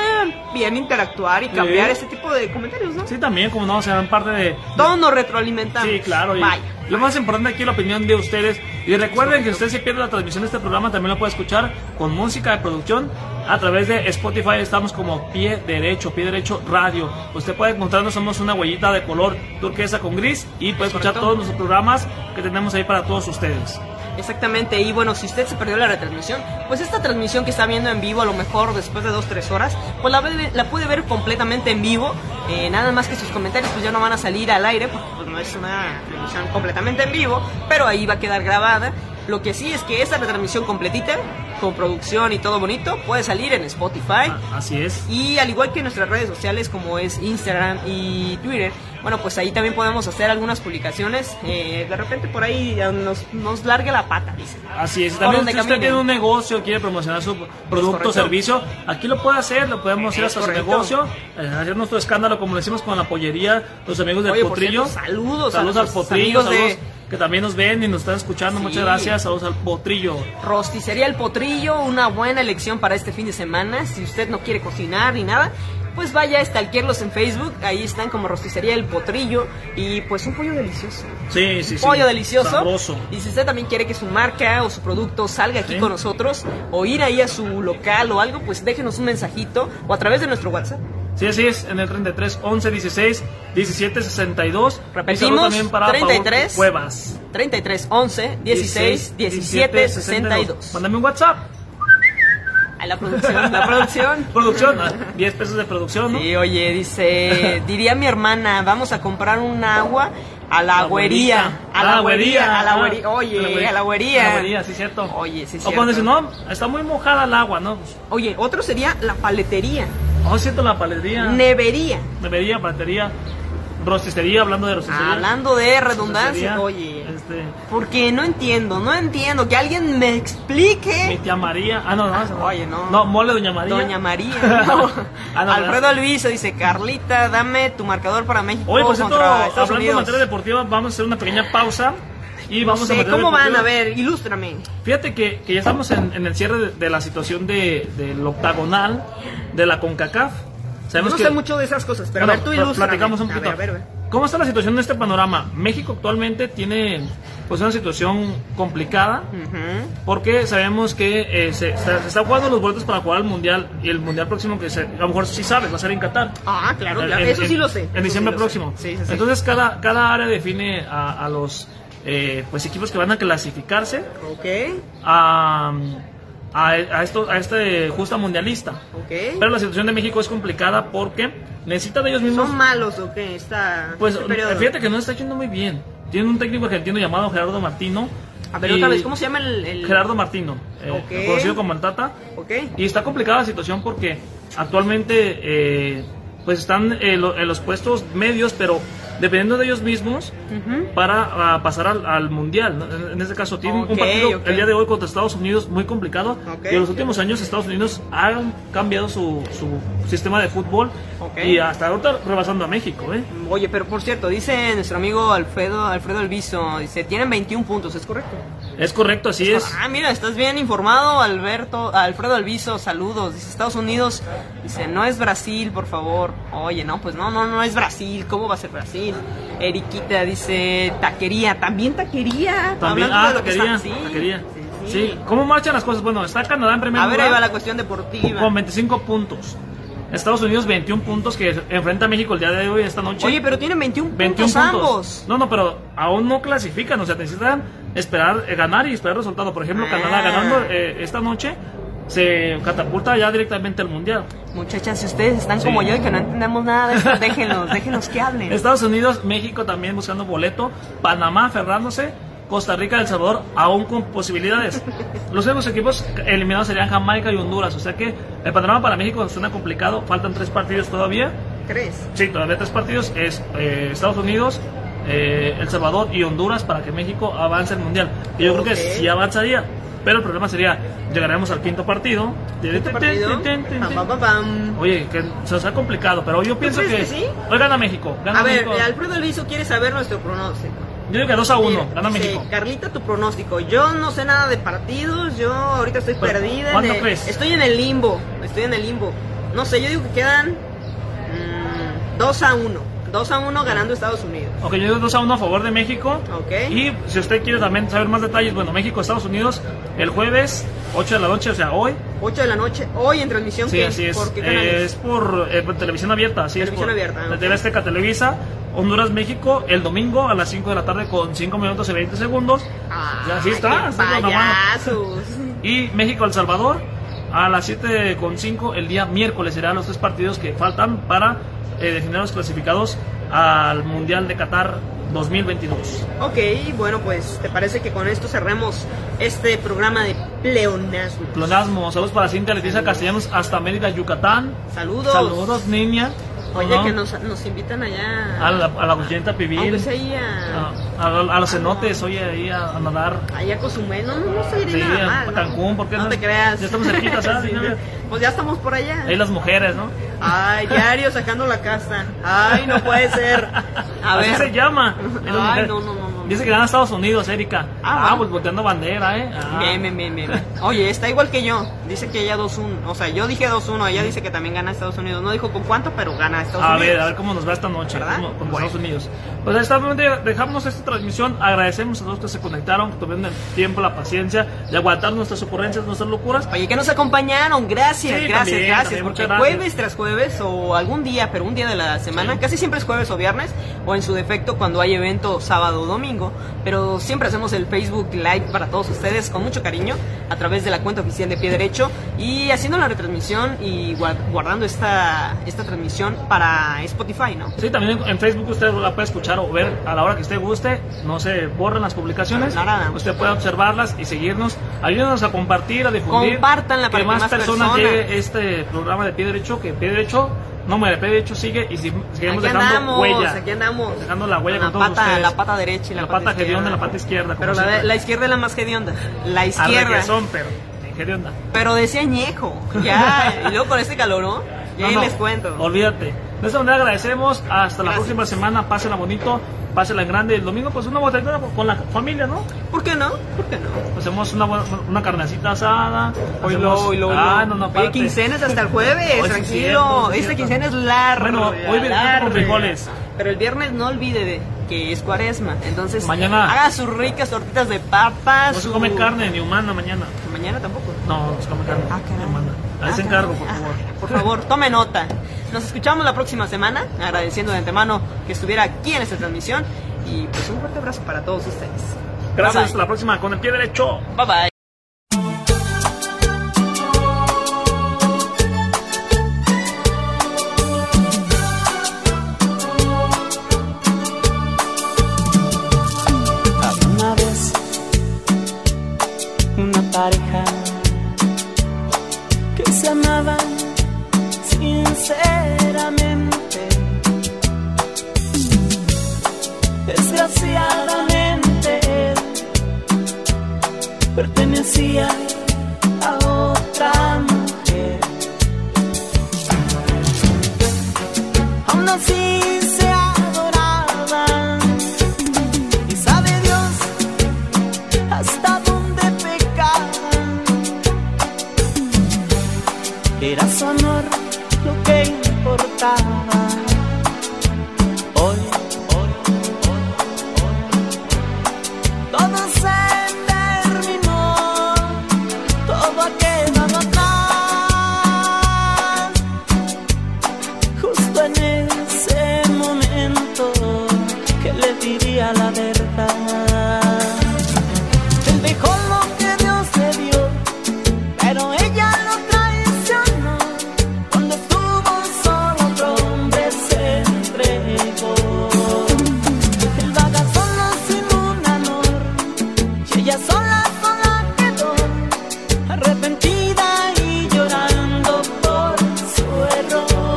[SPEAKER 5] bien interactuar y cambiar
[SPEAKER 4] Sí.
[SPEAKER 5] este tipo de comentarios, ¿no?
[SPEAKER 4] Sí, también, como no, serán parte de.
[SPEAKER 5] Todos nos retroalimentamos.
[SPEAKER 4] Sí, claro. Y
[SPEAKER 5] Vaya.
[SPEAKER 4] Lo más importante aquí es la opinión de ustedes. Y recuerden que si usted se pierde la transmisión de este programa, también lo puede escuchar con música de producción a través de Spotify. Estamos como Pie Derecho, Pie Derecho Radio. Usted puede encontrarnos, somos una huellita de color turquesa con gris y puede escuchar
[SPEAKER 5] Correcto.
[SPEAKER 4] todos nuestros programas que tenemos ahí para todos ustedes.
[SPEAKER 5] Exactamente, y bueno, si usted se perdió la retransmisión, pues esta transmisión que está viendo en vivo, a lo mejor después de dos, tres horas, pues la, ve- la puede ver completamente en vivo, eh, nada más que sus comentarios pues ya no van a salir al aire, porque pues no es una transmisión completamente en vivo, pero ahí va a quedar grabada. Lo que sí es que esta retransmisión completita, con producción y todo bonito, puede salir en Spotify.
[SPEAKER 4] A- Así es.
[SPEAKER 5] Y al igual que en nuestras redes sociales como es Instagram y Twitter, bueno, pues ahí también podemos hacer algunas publicaciones. eh, de repente por ahí ya nos, nos larga la pata, dice.
[SPEAKER 4] Así es.
[SPEAKER 5] Por
[SPEAKER 4] También
[SPEAKER 5] donde
[SPEAKER 4] si usted
[SPEAKER 5] caminen.
[SPEAKER 4] tiene un negocio, quiere promocionar su producto o
[SPEAKER 5] correcto.
[SPEAKER 4] servicio, aquí lo puede hacer, lo podemos ir
[SPEAKER 5] Es
[SPEAKER 4] hasta su
[SPEAKER 5] correcto.
[SPEAKER 4] negocio, eh, hacer nuestro escándalo, como lo hicimos con la pollería, los amigos del
[SPEAKER 5] Oye, por
[SPEAKER 4] potrillo.
[SPEAKER 5] cierto, saludos a
[SPEAKER 4] saludos al
[SPEAKER 5] nuestros
[SPEAKER 4] potrillo,
[SPEAKER 5] amigos de-
[SPEAKER 4] saludos que también nos ven y nos están escuchando.
[SPEAKER 5] Sí.
[SPEAKER 4] Muchas gracias, saludos al potrillo.
[SPEAKER 5] Rosticería El Potrillo, una buena elección para este fin de semana. Si usted no quiere cocinar ni nada, pues vaya a stalkearlos en Facebook. Ahí están como Rosticería El Potrillo. Y pues un pollo delicioso.
[SPEAKER 4] Sí, sí, sí.
[SPEAKER 5] pollo delicioso.
[SPEAKER 4] Sabroso.
[SPEAKER 5] Y si usted también quiere que su marca o su producto salga aquí
[SPEAKER 4] Sí.
[SPEAKER 5] con nosotros o ir ahí a su local o algo, pues déjenos un mensajito o a través de nuestro WhatsApp.
[SPEAKER 4] Sí, así es, en el 33 11 16 17 62.
[SPEAKER 5] Repetimos,
[SPEAKER 4] Y también para
[SPEAKER 5] 33.
[SPEAKER 4] Paul Cuevas.
[SPEAKER 5] 33 11 16 17 62.
[SPEAKER 4] Mándame un WhatsApp.
[SPEAKER 5] A la producción, la producción.
[SPEAKER 4] Producción, ah, 10 pesos de producción, ¿no?
[SPEAKER 5] Sí, oye, dice, diría mi hermana, vamos a comprar un agua a la agüería. A la agüería, a la agüería. Oye, a la
[SPEAKER 4] Ah, A la
[SPEAKER 5] agüería.
[SPEAKER 4] güería, sí, cierto.
[SPEAKER 5] Oye, sí,
[SPEAKER 4] O cuando
[SPEAKER 5] cierto.
[SPEAKER 4] dicen, no, está muy mojada el agua, ¿no? Pues,
[SPEAKER 5] Oye, otro sería la paletería,
[SPEAKER 4] Oh, siento la paletería.
[SPEAKER 5] nevería.
[SPEAKER 4] Nevería, paletería. Rosticería, hablando de rosticería.
[SPEAKER 5] Hablando de redundancia,
[SPEAKER 4] Rosticería,
[SPEAKER 5] oye.
[SPEAKER 4] Este,
[SPEAKER 5] Porque no entiendo, no entiendo. Que alguien me
[SPEAKER 4] mi
[SPEAKER 5] explique.
[SPEAKER 4] tía María. Ah, no, no. esa
[SPEAKER 5] Oye, no.
[SPEAKER 4] No, mole Doña María.
[SPEAKER 5] Doña María. no.
[SPEAKER 4] Ah, no,
[SPEAKER 5] Alfredo Luiso dice, Carlita, dame tu marcador para México
[SPEAKER 4] Oye, por cierto,
[SPEAKER 5] contra Estados
[SPEAKER 4] hablando de
[SPEAKER 5] Unidos.
[SPEAKER 4] materia deportiva, vamos a hacer una pequeña pausa y vamos
[SPEAKER 5] No
[SPEAKER 4] a
[SPEAKER 5] sé,
[SPEAKER 4] materia
[SPEAKER 5] ¿Cómo van?
[SPEAKER 4] deportiva.
[SPEAKER 5] A ver, ilústrame.
[SPEAKER 4] Fíjate que, que ya estamos en, en el cierre de, de la situación de, del octagonal de la CONCACAF.
[SPEAKER 5] Yo
[SPEAKER 4] Sabemos
[SPEAKER 5] no
[SPEAKER 4] que,
[SPEAKER 5] sé mucho de esas cosas, pero a ver, tú
[SPEAKER 4] Bueno, pl-
[SPEAKER 5] ilústrame.
[SPEAKER 4] Platicamos un
[SPEAKER 5] A
[SPEAKER 4] poquito.
[SPEAKER 5] ver, a ver, a ver.
[SPEAKER 4] ¿Cómo está la situación en este panorama? México actualmente tiene pues una situación complicada
[SPEAKER 5] Ujú.
[SPEAKER 4] porque sabemos que eh, se, está- se están jugando los boletos para jugar al mundial y el mundial próximo que se- a lo mejor sí sabes va a ser en Qatar.
[SPEAKER 5] Ah, claro,
[SPEAKER 4] En-
[SPEAKER 5] claro.
[SPEAKER 4] en-
[SPEAKER 5] Eso sí
[SPEAKER 4] en-
[SPEAKER 5] lo sé. Eso
[SPEAKER 4] En diciembre
[SPEAKER 5] sí lo sé.
[SPEAKER 4] próximo.
[SPEAKER 5] Sí, sí, sí.
[SPEAKER 4] Entonces cada, cada área define a, a los eh, pues equipos que van a clasificarse
[SPEAKER 5] ok,
[SPEAKER 4] a, a, a esto, a este justa mundialista.
[SPEAKER 5] ok.
[SPEAKER 4] Pero la situación de México es complicada porque necesitan ellos mismos.
[SPEAKER 5] Son malos, ok, está.
[SPEAKER 4] Pues
[SPEAKER 5] este periodo.
[SPEAKER 4] fíjate que no está yendo muy bien. Tiene un técnico argentino llamado Gerardo Martino.
[SPEAKER 5] A ver,
[SPEAKER 4] y-
[SPEAKER 5] Ah, otra vez, ¿cómo se llama el. el...
[SPEAKER 4] Gerardo Martino, eh,
[SPEAKER 5] Ok.
[SPEAKER 4] conocido como el Tata.
[SPEAKER 5] Ok.
[SPEAKER 4] Y está complicada la situación porque actualmente eh, pues están eh, lo- en los puestos medios, pero dependiendo de ellos mismos
[SPEAKER 5] Ujú.
[SPEAKER 4] para ah, pasar al, al mundial. ¿no? En- En este caso, tienen un
[SPEAKER 5] Ok,
[SPEAKER 4] partido
[SPEAKER 5] ok.
[SPEAKER 4] el día de hoy contra Estados Unidos muy complicado.
[SPEAKER 5] Ok.
[SPEAKER 4] Y en los últimos años Estados Unidos ha cambiado su, su sistema de fútbol
[SPEAKER 5] Ok.
[SPEAKER 4] y hasta ahorita rebasando a México. ¿eh?
[SPEAKER 5] Oye, pero por cierto, dice nuestro amigo Alfredo, Alfredo Alviso, dice, tienen 21 puntos, ¿es correcto?
[SPEAKER 4] Es correcto, así es.
[SPEAKER 5] Ah, mira, estás bien informado, Alberto, Alfredo Alviso, saludos. Dice, Estados Unidos, dice, no es Brasil, por favor. Oye, no, pues no, no, no es Brasil, ¿cómo va a ser Brasil? Eriquita dice, taquería, también taquería.
[SPEAKER 4] También,
[SPEAKER 5] Hablando
[SPEAKER 4] ah,
[SPEAKER 5] de lo que
[SPEAKER 4] taquería,
[SPEAKER 5] está- sí,
[SPEAKER 4] taquería.
[SPEAKER 5] sí,
[SPEAKER 4] Sí,
[SPEAKER 5] sí.
[SPEAKER 4] ¿Cómo marchan las cosas? Bueno, está Canadá en primer
[SPEAKER 5] A
[SPEAKER 4] lugar
[SPEAKER 5] ver, ahí va la cuestión deportiva.
[SPEAKER 4] con 25 puntos. Estados Unidos 21 puntos que enfrenta a México el día de hoy, esta noche.
[SPEAKER 5] Oye, pero tienen 21,
[SPEAKER 4] 21
[SPEAKER 5] puntos,
[SPEAKER 4] puntos.
[SPEAKER 5] ambos.
[SPEAKER 4] No, no, pero aún no clasifican, o sea, necesitan esperar, eh, ganar y esperar resultado. Por ejemplo,
[SPEAKER 5] Ah.
[SPEAKER 4] Canadá ganando eh, esta noche se catapulta ya directamente al Mundial.
[SPEAKER 5] Muchachas, si ustedes están
[SPEAKER 4] Sí.
[SPEAKER 5] como yo y que no entendemos nada de esto, déjenlos, déjenlos que hablen.
[SPEAKER 4] Estados Unidos, México también buscando boleto, Panamá aferrándose, Costa Rica, El Salvador aún con posibilidades. Los únicos equipos eliminados serían Jamaica y Honduras, o sea que el panorama para México suena complicado, faltan tres partidos todavía.
[SPEAKER 5] ¿Crees?
[SPEAKER 4] Sí, todavía tres partidos es eh, Estados Unidos, eh, El Salvador y Honduras para que México avance al Mundial. Y yo creo que
[SPEAKER 5] Ok.
[SPEAKER 4] sí avanzaría, pero el problema sería, llegaremos al quinto partido.
[SPEAKER 5] ¿Este partido? Pam, pam, pam, pam.
[SPEAKER 4] Oye, que se nos ha complicado, pero yo pienso
[SPEAKER 5] crees
[SPEAKER 4] que,
[SPEAKER 5] que sí?
[SPEAKER 4] hoy gana México. Gana
[SPEAKER 5] A ver,
[SPEAKER 4] México.
[SPEAKER 5] Alfredo Alviso quiere saber nuestro pronóstico.
[SPEAKER 4] Yo digo que 2 a 1,
[SPEAKER 5] Mira,
[SPEAKER 4] gana
[SPEAKER 5] dice,
[SPEAKER 4] México.
[SPEAKER 5] Carlita, tu pronóstico. Yo no sé nada de partidos, yo ahorita estoy
[SPEAKER 4] Pero,
[SPEAKER 5] perdida. en
[SPEAKER 4] ¿cuánto
[SPEAKER 5] el-
[SPEAKER 4] crees?
[SPEAKER 5] Estoy en el limbo, estoy en el limbo. No sé, yo digo que quedan 2 a 1. 2 a 1 ganando Estados Unidos.
[SPEAKER 4] Ok, yo digo 2 a 1 a favor de México.
[SPEAKER 5] Ok.
[SPEAKER 4] Y si usted quiere también saber más detalles, bueno, México, Estados Unidos, el jueves, 8 de la noche, o sea, hoy.
[SPEAKER 5] 8 de la noche, hoy en transmisión.
[SPEAKER 4] Sí,
[SPEAKER 5] ¿qué?
[SPEAKER 4] así es.
[SPEAKER 5] ¿Por qué
[SPEAKER 4] Eh,
[SPEAKER 5] canales?
[SPEAKER 4] es por eh, por televisión abierta, así
[SPEAKER 5] Televisión
[SPEAKER 4] es. Por,
[SPEAKER 5] abierta,
[SPEAKER 4] La
[SPEAKER 5] ok.
[SPEAKER 4] TV Azteca Televisa, Honduras, México, el domingo a las 5 de la tarde con 5 minutos y 20 segundos. Ya, así
[SPEAKER 5] Ay,
[SPEAKER 4] está.
[SPEAKER 5] qué
[SPEAKER 4] así está programado.
[SPEAKER 5] Payasos.
[SPEAKER 4] Y México, El Salvador, a las 7 con 5 el día miércoles serán los tres partidos que faltan para eh, definir los clasificados al Mundial de Qatar 2022.
[SPEAKER 5] Ok, bueno, pues te parece que con esto cerremos este programa de pleonasmo.
[SPEAKER 4] Plonasmo, saludos para Cintia Leticia Castellanos hasta Mérida, Yucatán.
[SPEAKER 5] Saludos.
[SPEAKER 4] Saludos, niña.
[SPEAKER 5] Oye,
[SPEAKER 4] Ajá.
[SPEAKER 5] que nos, nos invitan allá.
[SPEAKER 4] A la, Ah. a la oyenta pibil.
[SPEAKER 5] Aunque sea ahí a,
[SPEAKER 4] A, a- a los cenotes, oye, ahí a, a nadar.
[SPEAKER 5] ahí a Cozumel. No, no, no se
[SPEAKER 4] Sí,
[SPEAKER 5] diría nada
[SPEAKER 4] a
[SPEAKER 5] mal. ¿no?
[SPEAKER 4] Cancún, ¿por qué
[SPEAKER 5] no?
[SPEAKER 4] no?
[SPEAKER 5] te creas.
[SPEAKER 4] Ya estamos cerquita, ¿sabes?
[SPEAKER 5] Sí,
[SPEAKER 4] Ya.
[SPEAKER 5] pues ya estamos por allá.
[SPEAKER 4] Ahí las mujeres, ¿no?
[SPEAKER 5] Ay, diario sacando la casa. Ay, no puede ser. A
[SPEAKER 4] Así
[SPEAKER 5] ver.
[SPEAKER 4] se llama. Ahí las
[SPEAKER 5] Ay,
[SPEAKER 4] mujeres.
[SPEAKER 5] no, no, no, no.
[SPEAKER 4] Dice que gana Estados Unidos, Erika.
[SPEAKER 5] Ah,
[SPEAKER 4] Ah,
[SPEAKER 5] bueno.
[SPEAKER 4] pues volteando bandera, ¿eh? Ah.
[SPEAKER 5] Bien, bien, bien, bien. Oye, está igual que yo. Dice que ella 2-1. O sea, yo dije 2-1. Ella dice que también gana Estados Unidos. No dijo con cuánto, pero gana Estados
[SPEAKER 4] A
[SPEAKER 5] Unidos.
[SPEAKER 4] ver, a ver cómo nos va esta noche
[SPEAKER 5] ¿Verdad?
[SPEAKER 4] cómo- con
[SPEAKER 5] Bueno.
[SPEAKER 4] Estados Unidos. Pues ahí está, nuevamente dejamos esta transmisión. Agradecemos a los que se conectaron, que tuvieron el tiempo, la paciencia de aguantar nuestras ocurrencias, nuestras locuras.
[SPEAKER 5] Oye, que nos acompañaron, gracias,
[SPEAKER 4] Sí,
[SPEAKER 5] gracias,
[SPEAKER 4] también,
[SPEAKER 5] gracias.
[SPEAKER 4] también,
[SPEAKER 5] porque
[SPEAKER 4] muchas gracias.
[SPEAKER 5] jueves tras jueves o algún día, pero un día de la semana, casi siempre es jueves o viernes, o en su defecto cuando hay evento sábado o domingo, pero siempre hacemos el Facebook Live para todos ustedes con mucho cariño a través de la cuenta oficial de Pie Derecho y haciendo la retransmisión y guar- guardando esta, esta transmisión para Spotify, ¿no?
[SPEAKER 4] Sí, también en Facebook usted la puede escuchar o ver a la hora que usted guste. No se borran las publicaciones.
[SPEAKER 5] Para nada.
[SPEAKER 4] Usted puede observarlas y seguirnos. Ayúdenos a compartir, a difundir.
[SPEAKER 5] Compártanla para
[SPEAKER 4] que
[SPEAKER 5] que
[SPEAKER 4] más,
[SPEAKER 5] más
[SPEAKER 4] personas,
[SPEAKER 5] personas.
[SPEAKER 4] llegue este programa de Pie Derecho, que Pie Derecho no muere, Pie Derecho sigue y si- seguimos
[SPEAKER 5] Aquí
[SPEAKER 4] dejando
[SPEAKER 5] andamos,
[SPEAKER 4] huella.
[SPEAKER 5] aquí andamos.
[SPEAKER 4] Dejando la huella
[SPEAKER 5] Con
[SPEAKER 4] con
[SPEAKER 5] la
[SPEAKER 4] todos
[SPEAKER 5] pata,
[SPEAKER 4] ustedes.
[SPEAKER 5] La pata derecha y la,
[SPEAKER 4] La pata hedionda, la pata izquierda, como
[SPEAKER 5] Pero la,
[SPEAKER 4] siempre.
[SPEAKER 5] de- la izquierda es la más hedionda. La izquierda.
[SPEAKER 4] son, pero. ¿Qué de onda?
[SPEAKER 5] Pero decía ñejo. Ya, y luego con este calor, ¿no? Y
[SPEAKER 4] No,
[SPEAKER 5] ahí
[SPEAKER 4] no,
[SPEAKER 5] les cuento.
[SPEAKER 4] Olvídate. De esta manera agradecemos. Hasta la
[SPEAKER 5] Gracias.
[SPEAKER 4] próxima semana. Pásenla bonito. Pásenla en grande. El domingo, pues una botellita con la familia, ¿no? Pues,
[SPEAKER 5] ¿Por qué no? ¿Por qué no?
[SPEAKER 4] Hacemos una, buena- una carnecita asada.
[SPEAKER 5] Hoy
[SPEAKER 4] hacemos-
[SPEAKER 5] lo, hoy lo. hoy
[SPEAKER 4] Ah, no,
[SPEAKER 5] lo.
[SPEAKER 4] no,
[SPEAKER 5] Oye,
[SPEAKER 4] aparte.
[SPEAKER 5] quincenas hasta el
[SPEAKER 4] Hoy sí
[SPEAKER 5] jueves,
[SPEAKER 4] es cierto,
[SPEAKER 5] tranquilo.
[SPEAKER 4] hoy sí es
[SPEAKER 5] Esta
[SPEAKER 4] cierto.
[SPEAKER 5] quincena es larga.
[SPEAKER 4] Bueno, hoy vendrán con frijoles.
[SPEAKER 5] Pero el viernes no olvide de que es cuaresma. Entonces,
[SPEAKER 4] Mañana.
[SPEAKER 5] haga sus ricas tortitas de papas.
[SPEAKER 4] No se
[SPEAKER 5] su-
[SPEAKER 4] come carne ni humana mañana.
[SPEAKER 5] Mañana tampoco.
[SPEAKER 4] No, no se come carne
[SPEAKER 5] Ah,
[SPEAKER 4] ni
[SPEAKER 5] caray.
[SPEAKER 4] humana. Ahí
[SPEAKER 5] Ah,
[SPEAKER 4] se encargo, por
[SPEAKER 5] caray.
[SPEAKER 4] favor.
[SPEAKER 5] Ah, Por favor, tome nota. Nos escuchamos la próxima semana, agradeciendo de antemano que estuviera aquí en esta transmisión y pues un fuerte abrazo para todos ustedes.
[SPEAKER 4] Gracias.
[SPEAKER 5] Bye,
[SPEAKER 4] Hasta la próxima. Con el pie derecho.
[SPEAKER 5] Bye bye.
[SPEAKER 6] Una vez una pareja que se amaba sinceramente. Desgraciadamente él pertenecía a otra mujer. Aún así se adoraban. Y sabe Dios hasta dónde pecaba. Era su honor lo que importaba. Hoy, hoy, hoy, hoy, todo se terminó, todo ha quedado atrás. Justo en ese momento que le diría la verdad. Él dejó lo que Dios le dio, pero ella lo traicionó. Cuando estuvo solo otro hombre se entregó. El vaga solo sin un amor, y ella sola, sola quedó arrepentida y llorando por su error.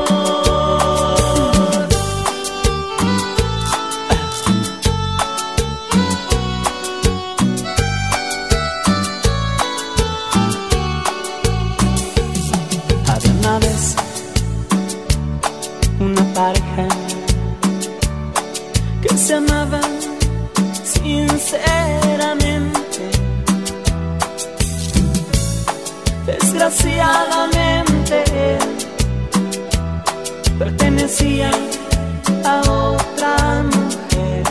[SPEAKER 6] Había una vez una pareja que se amaba sinceramente. Desgraciadamente pertenecía a otra mujer.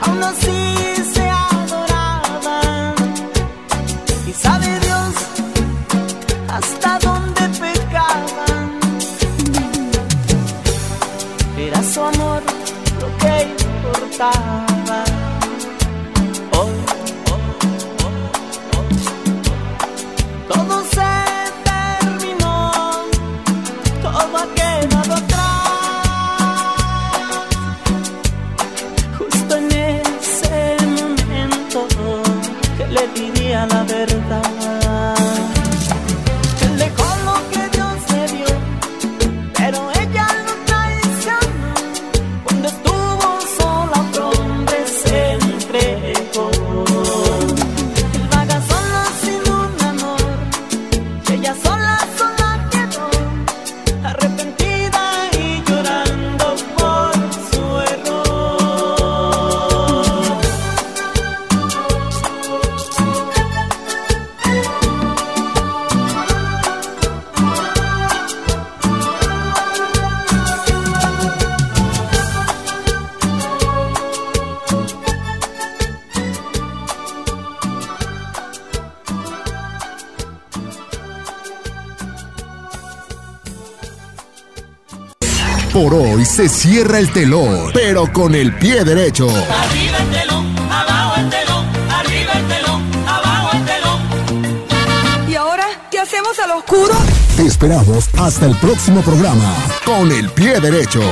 [SPEAKER 6] Aún así se adoraban y sabe Dios hasta dónde pecaban. Era su amor lo que importaba. Hoy, Todo se terminó, todo ha quedado atrás. Justo en ese momento que le diría la verdad. Él dejó lo que Dios le dio, pero ella lo traicionó. Cuando estuvo sola, otro hombre
[SPEAKER 7] Por hoy se cierra el telón, pero con el pie derecho.
[SPEAKER 6] Arriba el telón, abajo el telón, arriba el telón, abajo el telón.
[SPEAKER 8] ¿Y ahora qué hacemos al oscuro?
[SPEAKER 7] Te esperamos hasta el próximo programa, con el pie derecho.